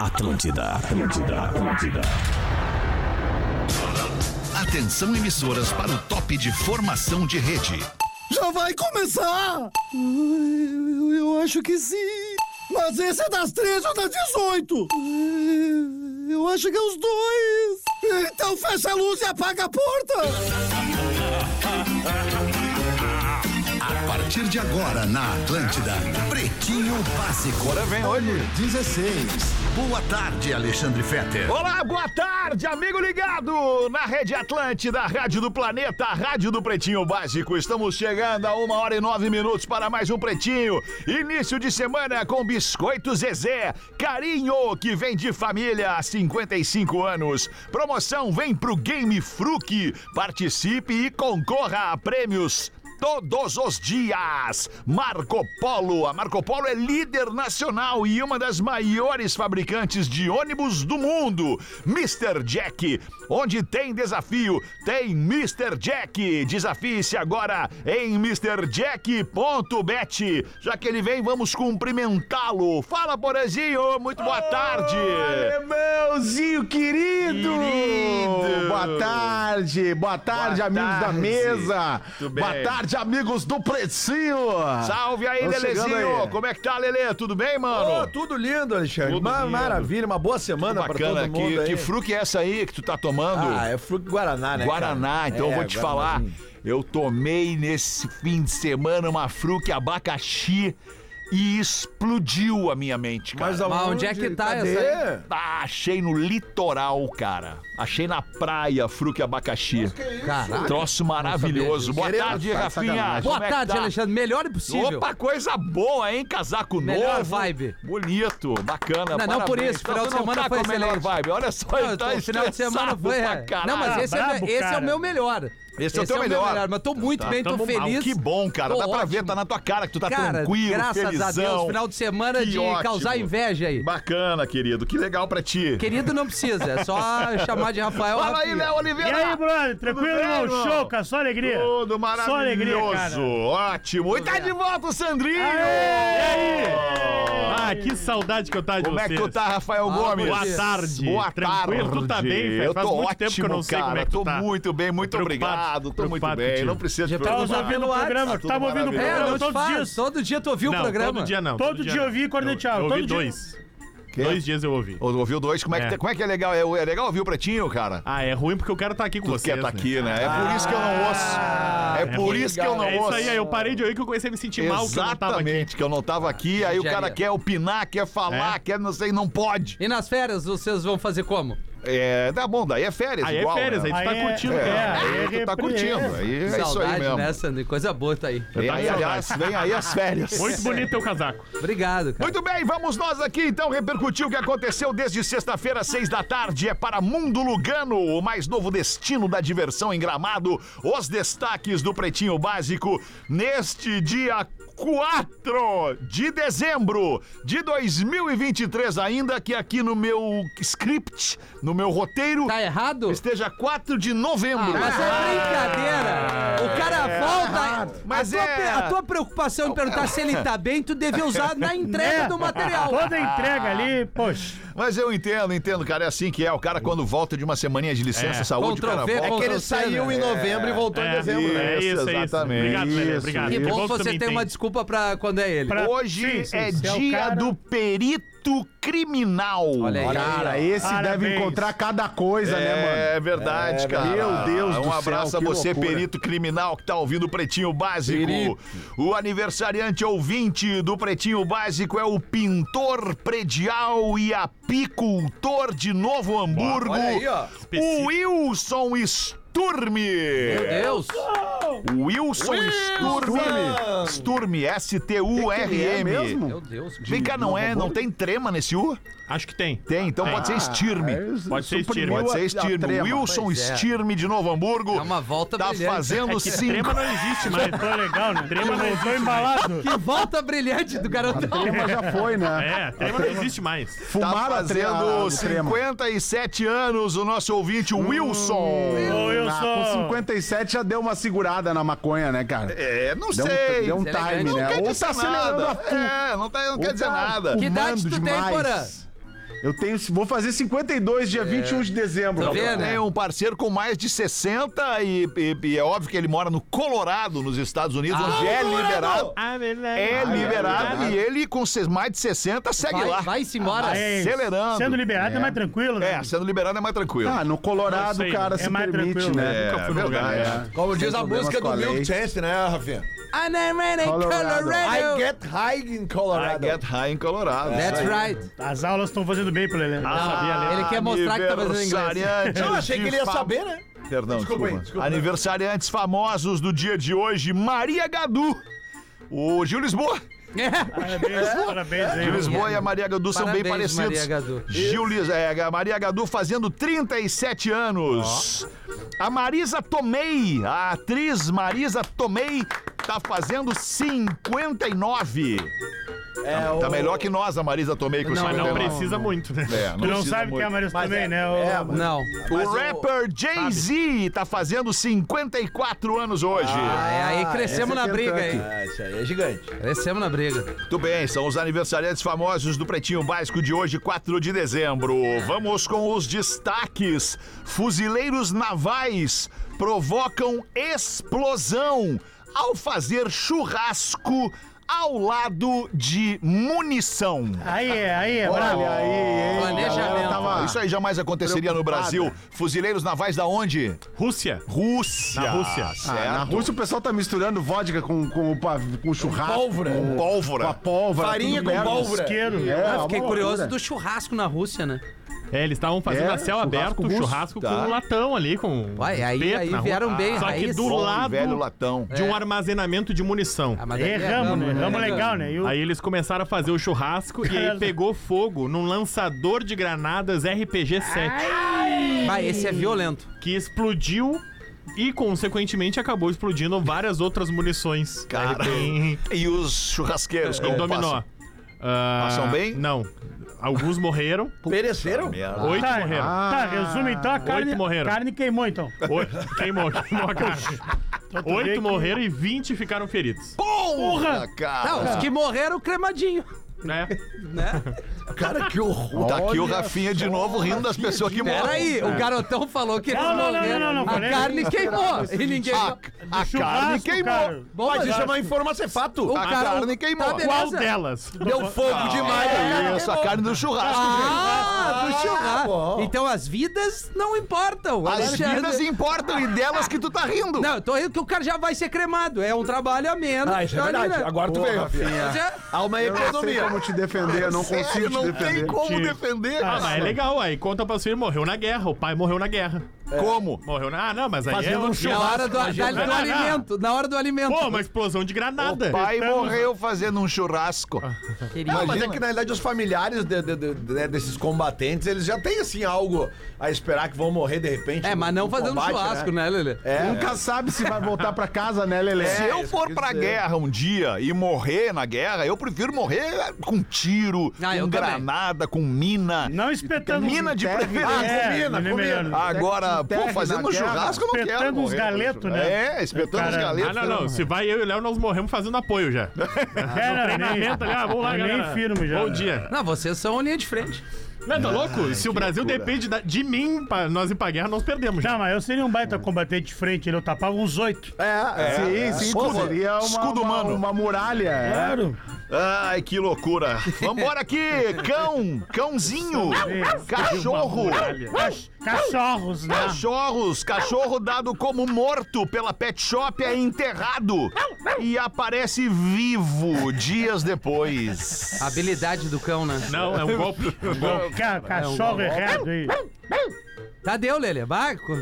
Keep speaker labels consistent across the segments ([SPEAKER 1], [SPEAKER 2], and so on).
[SPEAKER 1] Atlântida, Atlântida, Atlântida.
[SPEAKER 2] Atenção emissoras para o top de formação de rede.
[SPEAKER 3] Já vai começar? Eu, eu acho que sim. Mas esse é das 13 ou das 18? Eu acho que é os dois. Então fecha a luz e apaga a porta.
[SPEAKER 2] A partir de agora na Atlântida, Pretinho Básico.
[SPEAKER 4] Agora vem hoje, 16.
[SPEAKER 2] Boa tarde, Alexandre Fetter.
[SPEAKER 4] Olá, boa tarde, amigo ligado na Rede Atlântida, Rádio do Planeta, Rádio do Pretinho Básico. Estamos chegando a uma hora e nove minutos para mais um Pretinho. Início de semana com Biscoito Zezé, carinho que vem de família há 55 anos. Promoção vem pro Game Fruque. Participe e concorra a prêmios todos os dias. Marco Polo. A Marco Polo é líder nacional e uma das maiores fabricantes de ônibus do mundo. Mr. Jack. Onde tem desafio, tem Mr. Jack. Desafie-se agora em MrJack.bet. Já que ele vem, vamos cumprimentá-lo. Fala, Porazinho. Muito boa oh, tarde.
[SPEAKER 5] Alemãozinho É querido.
[SPEAKER 4] querido.
[SPEAKER 5] Boa tarde. Boa tarde, boa amigos tarde. da mesa.
[SPEAKER 4] Muito bem.
[SPEAKER 5] Boa tarde amigos do Precinho!
[SPEAKER 4] Salve aí, Vamos Lelezinho! Aí. Como é que tá, Lele? Tudo bem, mano?
[SPEAKER 5] Oh, tudo lindo, Alexandre. Tudo uma lindo. maravilha, uma boa semana
[SPEAKER 4] tudo bacana.
[SPEAKER 5] pra todo mundo.
[SPEAKER 4] Que, aí. que fruque é essa aí que tu tá tomando?
[SPEAKER 5] Ah, é fruque Guaraná, né?
[SPEAKER 4] Guaraná, cara? então é, eu vou te falar. Eu tomei nesse fim de semana uma fruque abacaxi e explodiu a minha mente, cara.
[SPEAKER 5] Mas, Mas onde é que tá Cadê? essa? Aí?
[SPEAKER 4] Ah, achei no litoral, cara. Achei na praia, fruque abacaxi. Mas que é isso? Caraca. Troço maravilhoso. Boa Queremos tarde, Rafinha.
[SPEAKER 5] Boa é tarde,
[SPEAKER 4] tá?
[SPEAKER 5] Alexandre. Melhor possível.
[SPEAKER 4] Opa, coisa boa, hein? Casaco
[SPEAKER 5] melhor
[SPEAKER 4] novo.
[SPEAKER 5] vibe.
[SPEAKER 4] Bonito, bacana.
[SPEAKER 5] Não, não por isso. Final então, de semana tá foi excelente.
[SPEAKER 4] melhor vibe. Olha só, não, ele tá tô,
[SPEAKER 5] final de semana foi. É. Não, mas esse, ah, brabo, é, esse é o meu melhor.
[SPEAKER 4] Esse, é o teu melhor. É melhor.
[SPEAKER 5] Mas tô muito tá, bem, tô feliz. Mal.
[SPEAKER 4] Que bom, cara. Tô Dá ótimo. pra ver, tá na tua cara que tu tá cara, tranquilo,
[SPEAKER 5] graças
[SPEAKER 4] felizão. a Deus,
[SPEAKER 5] final de semana que de ótimo. causar inveja aí.
[SPEAKER 4] Bacana, querido. Que legal pra ti.
[SPEAKER 5] Querido não precisa, é só chamar de Rafael.
[SPEAKER 4] Fala aí, Léo Oliveira. E
[SPEAKER 6] aí, brother? Tranquilo, irmão? Show, cara. Só alegria.
[SPEAKER 4] Tudo maravilhoso. Só alegria, cara. Ótimo. E tá de volta o Sandrinho. Oh! Aê!
[SPEAKER 6] E aí? Ah, que saudade que eu tava de
[SPEAKER 4] como
[SPEAKER 6] vocês. Ah,
[SPEAKER 4] Como é que tu tá, Rafael Gomes?
[SPEAKER 6] Boa tarde.
[SPEAKER 4] Boa
[SPEAKER 6] tarde.
[SPEAKER 4] Tranquilo,
[SPEAKER 6] tu tá bem?
[SPEAKER 4] Eu
[SPEAKER 6] Faz
[SPEAKER 4] tô
[SPEAKER 6] muito
[SPEAKER 4] ótimo,
[SPEAKER 6] tempo que eu não sei
[SPEAKER 4] cara.
[SPEAKER 6] como é que
[SPEAKER 4] tô
[SPEAKER 6] tu tá.
[SPEAKER 4] muito bem, muito obrigado preocupado, tô muito bem. Não precisa
[SPEAKER 6] de Tava Tá ouvindo o programa,
[SPEAKER 4] tá
[SPEAKER 6] tava ouvindo o
[SPEAKER 5] É,
[SPEAKER 6] programa
[SPEAKER 5] não
[SPEAKER 6] todos os
[SPEAKER 5] dias. Todo dia tu ouviu o
[SPEAKER 6] Não,
[SPEAKER 5] programa.
[SPEAKER 6] Todo dia não.
[SPEAKER 7] Todo dia eu vi Cornetchal.
[SPEAKER 6] Eu ouvi
[SPEAKER 7] todo dia.
[SPEAKER 6] dois. Dois dias eu ouvi.
[SPEAKER 4] Ou- Ouviu dois? Como é, Que,
[SPEAKER 6] É.
[SPEAKER 4] como é que é legal? É, é legal ouvir o pretinho, cara?
[SPEAKER 6] Ah, é ruim porque eu quero estar aqui com
[SPEAKER 4] Tu
[SPEAKER 6] vocês.
[SPEAKER 4] quer tá aqui, né? É por isso que eu não ouço. É, por
[SPEAKER 6] ruim.
[SPEAKER 4] isso que eu não
[SPEAKER 6] Ah, É isso
[SPEAKER 4] ouço.
[SPEAKER 6] aí, aí eu parei de ouvir que eu comecei a me sentir mal que eu não tava aqui. Ah,
[SPEAKER 4] Exatamente, que eu não tava aqui, aí o cara
[SPEAKER 5] engenharia.
[SPEAKER 4] quer opinar, quer falar,
[SPEAKER 6] É.
[SPEAKER 4] quer não sei, não pode.
[SPEAKER 5] E nas férias vocês vão fazer como?
[SPEAKER 4] É, tá bom, daí é férias
[SPEAKER 6] Aí é
[SPEAKER 4] igual.
[SPEAKER 6] férias,
[SPEAKER 4] né?
[SPEAKER 6] aí tu tá
[SPEAKER 7] Aí é-
[SPEAKER 6] curtindo.
[SPEAKER 4] É,
[SPEAKER 6] cara.
[SPEAKER 4] aí tu tá
[SPEAKER 7] repreende.
[SPEAKER 4] curtindo. Aí é isso aí
[SPEAKER 5] Saudade,
[SPEAKER 4] mesmo.
[SPEAKER 5] né, Sandro? Coisa boa tá aí.
[SPEAKER 4] Vem aí,
[SPEAKER 6] com
[SPEAKER 4] aliás, vem aí as férias.
[SPEAKER 6] né? Muito bonito teu casaco.
[SPEAKER 5] Obrigado, cara.
[SPEAKER 4] Muito bem, vamos nós aqui então repercutir o que aconteceu desde sexta-feira, seis da tarde. É para Mundo Lugano, o mais novo destino da diversão em Gramado. Os destaques do Pretinho Básico neste dia 4 de dezembro de 2023, ainda que aqui no meu script, no meu roteiro,
[SPEAKER 5] Tá errado?
[SPEAKER 4] esteja 4 de
[SPEAKER 5] Ah,
[SPEAKER 4] novembro.
[SPEAKER 5] mas é brincadeira. O cara volta.
[SPEAKER 4] É. Mas
[SPEAKER 5] a, tua,
[SPEAKER 4] é-
[SPEAKER 5] pe- a tua preocupação em perguntar se ele tá bem, tu devia usar na entrega
[SPEAKER 4] É.
[SPEAKER 7] Né?
[SPEAKER 5] do material.
[SPEAKER 7] Toda entrega ali, poxa.
[SPEAKER 4] Mas eu entendo, entendo, cara. É assim que é. O cara, quando volta de uma semaninha de licença,
[SPEAKER 6] É.
[SPEAKER 4] saúde, o né? cara
[SPEAKER 5] Ctrl+V,
[SPEAKER 4] volta.
[SPEAKER 5] Ctrl+V.
[SPEAKER 3] Ele saiu em novembro e voltou em
[SPEAKER 6] É,
[SPEAKER 3] dezembro. né?
[SPEAKER 6] é isso, é isso.
[SPEAKER 4] exatamente.
[SPEAKER 6] Obrigado, Lelê.
[SPEAKER 4] Isso,
[SPEAKER 6] Obrigado. É
[SPEAKER 5] Que bom que
[SPEAKER 6] tu me
[SPEAKER 5] você tem
[SPEAKER 6] entende.
[SPEAKER 5] uma desculpa pra quando é ele.
[SPEAKER 7] Pra-
[SPEAKER 4] Hoje
[SPEAKER 7] Sim, sim,
[SPEAKER 4] é
[SPEAKER 7] se é o
[SPEAKER 4] dia
[SPEAKER 7] cara-
[SPEAKER 4] do perito criminal.
[SPEAKER 5] Olha aí.
[SPEAKER 3] Cara, esse deve
[SPEAKER 7] Parabéns.
[SPEAKER 3] encontrar cada coisa, né, mano?
[SPEAKER 4] É verdade,
[SPEAKER 3] É,
[SPEAKER 4] cara.
[SPEAKER 3] meu Deus
[SPEAKER 4] um
[SPEAKER 3] do
[SPEAKER 4] abraço
[SPEAKER 3] céu,
[SPEAKER 4] a
[SPEAKER 3] que
[SPEAKER 4] você,
[SPEAKER 3] loucura.
[SPEAKER 4] perito criminal que tá ouvindo o Pretinho Básico.
[SPEAKER 3] Perito.
[SPEAKER 4] O aniversariante ouvinte do Pretinho Básico é o pintor predial e apicultor de Novo Hamburgo,
[SPEAKER 3] Olha aí, ó.
[SPEAKER 4] o Wilson Sturme.
[SPEAKER 5] Meu Deus.
[SPEAKER 4] Wilson
[SPEAKER 3] Que
[SPEAKER 4] Sturme. Sturme,
[SPEAKER 3] que ele é
[SPEAKER 4] S-T-U-R-M.
[SPEAKER 5] Meu Deus.
[SPEAKER 4] Vem cá, não é? Não tem trema nesse U?
[SPEAKER 6] Acho que tem.
[SPEAKER 4] Tem, então pode ser
[SPEAKER 5] Ah,
[SPEAKER 4] Stirme.
[SPEAKER 6] Pode ser
[SPEAKER 3] Suprimiu
[SPEAKER 4] Pode
[SPEAKER 6] estirme.
[SPEAKER 3] a-
[SPEAKER 4] ser
[SPEAKER 3] a
[SPEAKER 4] Stirme.
[SPEAKER 3] trema.
[SPEAKER 4] Wilson
[SPEAKER 5] Pois é.
[SPEAKER 4] Stirme de Novo Hamburgo.
[SPEAKER 5] É uma volta
[SPEAKER 4] Tá
[SPEAKER 5] brilhante.
[SPEAKER 4] fazendo
[SPEAKER 6] Que
[SPEAKER 4] cinco.
[SPEAKER 6] trema não existe mais.
[SPEAKER 7] Foi legal, né?
[SPEAKER 6] Trema não
[SPEAKER 7] Voltou
[SPEAKER 6] existe
[SPEAKER 7] embalado.
[SPEAKER 5] Que volta brilhante do garotão.
[SPEAKER 3] Mas já foi,
[SPEAKER 2] Tá
[SPEAKER 3] né?
[SPEAKER 6] É, trema não existe mais.
[SPEAKER 4] Tá
[SPEAKER 3] Fumaram a tre- a-
[SPEAKER 4] fazendo
[SPEAKER 3] o trema.
[SPEAKER 4] 57 anos o nosso ouvinte Wilson.
[SPEAKER 7] Ô,
[SPEAKER 3] Ah, com
[SPEAKER 7] Wilson.
[SPEAKER 3] 57 já deu uma segurada na maconha, né, cara?
[SPEAKER 4] É, não
[SPEAKER 3] Deu um,
[SPEAKER 4] sei.
[SPEAKER 3] deu um
[SPEAKER 4] Não
[SPEAKER 5] Deselegante.
[SPEAKER 3] time,
[SPEAKER 5] Não
[SPEAKER 3] né?
[SPEAKER 4] quer
[SPEAKER 3] Ou
[SPEAKER 4] dizer
[SPEAKER 3] tá acelerando
[SPEAKER 4] nada.
[SPEAKER 3] a fuga.
[SPEAKER 4] É, não, tá- não quer dizer
[SPEAKER 3] tá
[SPEAKER 4] nada.
[SPEAKER 5] Que idade
[SPEAKER 3] fumando
[SPEAKER 5] tu tem, Porã?
[SPEAKER 3] demais.
[SPEAKER 8] Eu tenho, vou fazer 52 dia 21 de dezembro.
[SPEAKER 5] Tá vendo?
[SPEAKER 4] É um parceiro com mais de 60 e, e- e é óbvio que ele mora no Colorado, nos Estados Unidos, onde é liberado.
[SPEAKER 7] Ah,
[SPEAKER 6] Ah,
[SPEAKER 4] É liberado e ele com se- mais de 60 segue lá.
[SPEAKER 5] Vai, vai-se embora.
[SPEAKER 7] É isso.
[SPEAKER 4] Acelerando.
[SPEAKER 7] Sendo liberado é, mais tranquilo, né?
[SPEAKER 4] É, sendo liberado é mais tranquilo.
[SPEAKER 8] Ah, no Colorado
[SPEAKER 6] Não
[SPEAKER 8] o
[SPEAKER 6] sei,
[SPEAKER 8] cara
[SPEAKER 7] é
[SPEAKER 8] se
[SPEAKER 7] mais
[SPEAKER 8] permite,
[SPEAKER 7] tranquilo,
[SPEAKER 8] né?
[SPEAKER 4] é,
[SPEAKER 6] nunca fui no lugar
[SPEAKER 4] verdade.
[SPEAKER 9] Como diz
[SPEAKER 8] Sem
[SPEAKER 9] a
[SPEAKER 8] problemas
[SPEAKER 9] música
[SPEAKER 8] com a
[SPEAKER 9] do
[SPEAKER 8] lei.
[SPEAKER 9] Milk Chance, né, Rafinha?
[SPEAKER 5] And I'm in
[SPEAKER 8] Colorado.
[SPEAKER 9] I
[SPEAKER 5] Colorado.
[SPEAKER 9] get high in
[SPEAKER 4] I
[SPEAKER 9] Colorado.
[SPEAKER 4] get high em Colorado.
[SPEAKER 5] That's
[SPEAKER 4] Isso aí.
[SPEAKER 5] right.
[SPEAKER 7] As aulas estão fazendo bem pro Lelê. né?
[SPEAKER 5] Ele quer mostrar que tá fazendo inglês.
[SPEAKER 4] Aniversariantes
[SPEAKER 9] Não, achei que ele
[SPEAKER 4] de
[SPEAKER 9] ia
[SPEAKER 4] fa-
[SPEAKER 9] saber, né?
[SPEAKER 4] Perdão,
[SPEAKER 9] Desculpa
[SPEAKER 4] desculpa.
[SPEAKER 9] aí, desculpa.
[SPEAKER 4] Aniversariantes famosos do dia de hoje, Maria Gadu. O Gil Lisboa.
[SPEAKER 7] Parabéns, parabéns aí.
[SPEAKER 4] Gil Lisboa e a Maria Gadu são bem
[SPEAKER 5] Parabéns,
[SPEAKER 4] parecidos.
[SPEAKER 5] Maria Gadu.
[SPEAKER 4] Gil Lis- é, a Maria Gadu fazendo 37 anos. A Marisa Tomei, a atriz Marisa Tomei, tá fazendo 59.
[SPEAKER 9] É,
[SPEAKER 4] Tá
[SPEAKER 9] o-
[SPEAKER 4] melhor que nós, a Marisa Tomei, com
[SPEAKER 5] Não,
[SPEAKER 6] Mas não
[SPEAKER 4] 59.
[SPEAKER 6] precisa muito, né?
[SPEAKER 4] É,
[SPEAKER 7] Tu não
[SPEAKER 4] precisa
[SPEAKER 7] sabe quem é a Marisa
[SPEAKER 9] Mas
[SPEAKER 7] também,
[SPEAKER 9] é-
[SPEAKER 7] né? ô-
[SPEAKER 9] é, mas-
[SPEAKER 5] Não.
[SPEAKER 9] mas
[SPEAKER 4] O rapper Jay-Z tá fazendo 54 anos hoje.
[SPEAKER 5] Ah, é aí crescemos na briga, hein?
[SPEAKER 9] Ah, isso aí é gigante.
[SPEAKER 5] Crescemos na briga.
[SPEAKER 4] Muito bem, são os aniversariantes famosos do Pretinho Básico de hoje, 4 de dezembro. Vamos com os destaques. Fuzileiros navais provocam explosão ao fazer churrasco ao lado de munição. Ah,
[SPEAKER 7] Aí é, aí é, bravo.
[SPEAKER 8] Olha aí, hein?
[SPEAKER 5] Planejamento.
[SPEAKER 8] Tava-
[SPEAKER 4] Isso aí jamais aconteceria no Brasil. Fuzileiros navais da onde?
[SPEAKER 6] Rússia.
[SPEAKER 4] Rússia.
[SPEAKER 6] Na Rússia.
[SPEAKER 8] Ah,
[SPEAKER 4] Certo.
[SPEAKER 8] na Rússia o pessoal tá misturando vodka com, com, o pa- com churrasco.
[SPEAKER 9] pólvora.
[SPEAKER 8] Com,
[SPEAKER 4] Um Pólvora.
[SPEAKER 8] com a pólvora.
[SPEAKER 9] Farinha
[SPEAKER 8] tudo
[SPEAKER 9] com
[SPEAKER 8] merda.
[SPEAKER 9] pólvora.
[SPEAKER 7] Isqueiro.
[SPEAKER 8] É,
[SPEAKER 5] Eu Ah, fiquei
[SPEAKER 8] uma
[SPEAKER 5] curioso do
[SPEAKER 8] loucura.
[SPEAKER 5] churrasco na Rússia, né?
[SPEAKER 6] É, eles estavam fazendo
[SPEAKER 8] É,
[SPEAKER 6] a céu
[SPEAKER 8] churrasco
[SPEAKER 6] aberto,
[SPEAKER 8] russo.
[SPEAKER 6] churrasco
[SPEAKER 4] Tá.
[SPEAKER 6] com um latão ali, com
[SPEAKER 5] Ué, aí-
[SPEAKER 6] espeto
[SPEAKER 5] aí
[SPEAKER 6] na rua.
[SPEAKER 5] vieram bem, É.
[SPEAKER 6] Só
[SPEAKER 5] aí
[SPEAKER 6] que do
[SPEAKER 5] sim.
[SPEAKER 4] Bom e
[SPEAKER 6] lado
[SPEAKER 4] velho latão.
[SPEAKER 6] de um armazenamento de munição.
[SPEAKER 5] Ah, mas daí
[SPEAKER 7] Erramos, né? Erramos legal, né? E o-
[SPEAKER 6] Aí eles começaram a fazer o churrasco e aí pegou fogo num lançador de granadas RPG-7
[SPEAKER 5] Vai, esse é violento.
[SPEAKER 6] que explodiu e, consequentemente, acabou explodindo várias outras munições.
[SPEAKER 4] Cara.
[SPEAKER 6] Aí tem-
[SPEAKER 4] E os churrasqueiros
[SPEAKER 6] Em
[SPEAKER 4] como
[SPEAKER 6] dominó.
[SPEAKER 4] passam?
[SPEAKER 6] Ah,
[SPEAKER 4] Passam bem?
[SPEAKER 6] Não. Alguns morreram,
[SPEAKER 9] Pereceram?
[SPEAKER 4] Merda.
[SPEAKER 6] oito
[SPEAKER 7] Tá,
[SPEAKER 6] morreram. Ah,
[SPEAKER 7] tá, resume então a carne.
[SPEAKER 6] morreram.
[SPEAKER 7] carne queimou, então.
[SPEAKER 6] Oito, queimou, queimou a cara.
[SPEAKER 7] vê que-
[SPEAKER 6] Oito morreram e 20 ficaram feridos.
[SPEAKER 4] Porra, cara!
[SPEAKER 5] Não, os que morreram, cremadinho.
[SPEAKER 6] Né?
[SPEAKER 9] Cara, que horror.
[SPEAKER 4] Tá aqui o Rafinha de novo rindo das pessoas que morrem.
[SPEAKER 5] Peraí, o garotão falou que eles
[SPEAKER 7] Não, não, não,
[SPEAKER 5] morreram.
[SPEAKER 7] não, não, não,
[SPEAKER 5] a
[SPEAKER 7] falei-
[SPEAKER 5] carne queimou. E ninguém.
[SPEAKER 4] A, a carne
[SPEAKER 7] Churrasco,
[SPEAKER 4] queimou.
[SPEAKER 7] cara.
[SPEAKER 5] Bom,
[SPEAKER 9] Mas
[SPEAKER 5] mas
[SPEAKER 9] isso é uma informação, é fato.
[SPEAKER 5] o
[SPEAKER 4] a
[SPEAKER 5] cara-
[SPEAKER 4] carne queimou.
[SPEAKER 5] Tá beleza.
[SPEAKER 6] Qual delas?
[SPEAKER 9] Deu Tá um fogo demais.
[SPEAKER 4] É isso, a carne do churrasco.
[SPEAKER 5] Ah, do churrasco.
[SPEAKER 9] bom.
[SPEAKER 5] Então as vidas não importam.
[SPEAKER 4] gente. As
[SPEAKER 5] Alexandre-
[SPEAKER 4] vidas importam e delas que tu tá rindo.
[SPEAKER 5] Não, eu tô rindo que o cara já vai ser cremado. É um trabalho a menos.
[SPEAKER 9] Ah, isso é
[SPEAKER 5] Tá ali,
[SPEAKER 9] verdade.
[SPEAKER 5] né?
[SPEAKER 9] Agora tu veio, Rafinha.
[SPEAKER 5] Mas é-
[SPEAKER 9] Há uma
[SPEAKER 8] Eu não sei
[SPEAKER 9] economia.
[SPEAKER 8] como te defender, eu não consigo
[SPEAKER 4] Sério,
[SPEAKER 8] te
[SPEAKER 4] não
[SPEAKER 8] defender.
[SPEAKER 4] tem como
[SPEAKER 6] Tive.
[SPEAKER 4] defender.
[SPEAKER 6] Ah,
[SPEAKER 4] cara.
[SPEAKER 6] mas é legal, aí conta pra filho, morreu na guerra, o pai morreu na guerra.
[SPEAKER 4] Como?
[SPEAKER 6] Morreu na... Ah, não, mas aí
[SPEAKER 9] Fazendo
[SPEAKER 6] é...
[SPEAKER 9] um
[SPEAKER 6] o-
[SPEAKER 5] Na hora do, da- do
[SPEAKER 6] não, não.
[SPEAKER 5] alimento, na hora do alimento.
[SPEAKER 6] Pô, uma explosão de granada.
[SPEAKER 4] O pai
[SPEAKER 6] Então,
[SPEAKER 4] morreu fazendo um churrasco.
[SPEAKER 5] Querido.
[SPEAKER 9] Não, mas é
[SPEAKER 4] Imagina.
[SPEAKER 9] que na realidade os familiares de- de- de- de- desses combatentes, eles já têm assim algo a esperar que vão morrer de repente.
[SPEAKER 5] É, mas não
[SPEAKER 9] no
[SPEAKER 5] fazendo
[SPEAKER 9] combate,
[SPEAKER 5] churrasco, né, Lelê?
[SPEAKER 9] É.
[SPEAKER 8] Nunca sabe se vai voltar pra casa, né, Lelê?
[SPEAKER 4] Se eu for pra guerra um dia e morrer na guerra, eu prefiro morrer com tiro,
[SPEAKER 5] Ah, eu
[SPEAKER 4] com
[SPEAKER 5] também.
[SPEAKER 4] granada, com mina.
[SPEAKER 7] Não espetando.
[SPEAKER 4] Mina
[SPEAKER 6] É,
[SPEAKER 4] de preferência.
[SPEAKER 7] comida, comida.
[SPEAKER 4] Agora,
[SPEAKER 8] Até que
[SPEAKER 4] pô,
[SPEAKER 8] enterre
[SPEAKER 4] fazendo
[SPEAKER 8] na
[SPEAKER 4] um
[SPEAKER 8] guerra.
[SPEAKER 4] churrasco eu não quero.
[SPEAKER 7] Espetando uns
[SPEAKER 4] morrer.
[SPEAKER 7] galetos, né?
[SPEAKER 4] É, espetando
[SPEAKER 7] Cara,
[SPEAKER 4] os
[SPEAKER 6] Ah,
[SPEAKER 4] galetos.
[SPEAKER 6] não, não. Se vai eu e o Léo, nós morremos fazendo apoio já.
[SPEAKER 7] Cara, nem,
[SPEAKER 6] Treinamento ali, ah, vamos lá, galera.
[SPEAKER 7] nem firme já.
[SPEAKER 6] Bom dia.
[SPEAKER 5] Não, vocês são linha de frente.
[SPEAKER 6] Não, tá louco? Se o Brasil depende da- de mim pra nós ir pra guerra, nós perdemos já.
[SPEAKER 7] Não, mas eu seria um baita combatente de frente, ele eu tapava uns oito.
[SPEAKER 8] É, sim, sim,
[SPEAKER 4] Pô,
[SPEAKER 8] seria uma,
[SPEAKER 4] escudo
[SPEAKER 8] uma,
[SPEAKER 4] humano.
[SPEAKER 8] uma muralha. é.
[SPEAKER 7] Claro.
[SPEAKER 4] Ai, que loucura. Vambora aqui. Cão, cãozinho, cachorro.
[SPEAKER 7] Cach- Cachorros, né?
[SPEAKER 4] Cachorros, cachorro dado como morto pela pet shop é enterrado e aparece vivo dias depois.
[SPEAKER 5] A habilidade do cão, né?
[SPEAKER 6] Não, é um golpe.
[SPEAKER 7] Ca- Cachorro
[SPEAKER 4] É um
[SPEAKER 7] errado aí.
[SPEAKER 5] Tá deu, Lelê. Vai. co-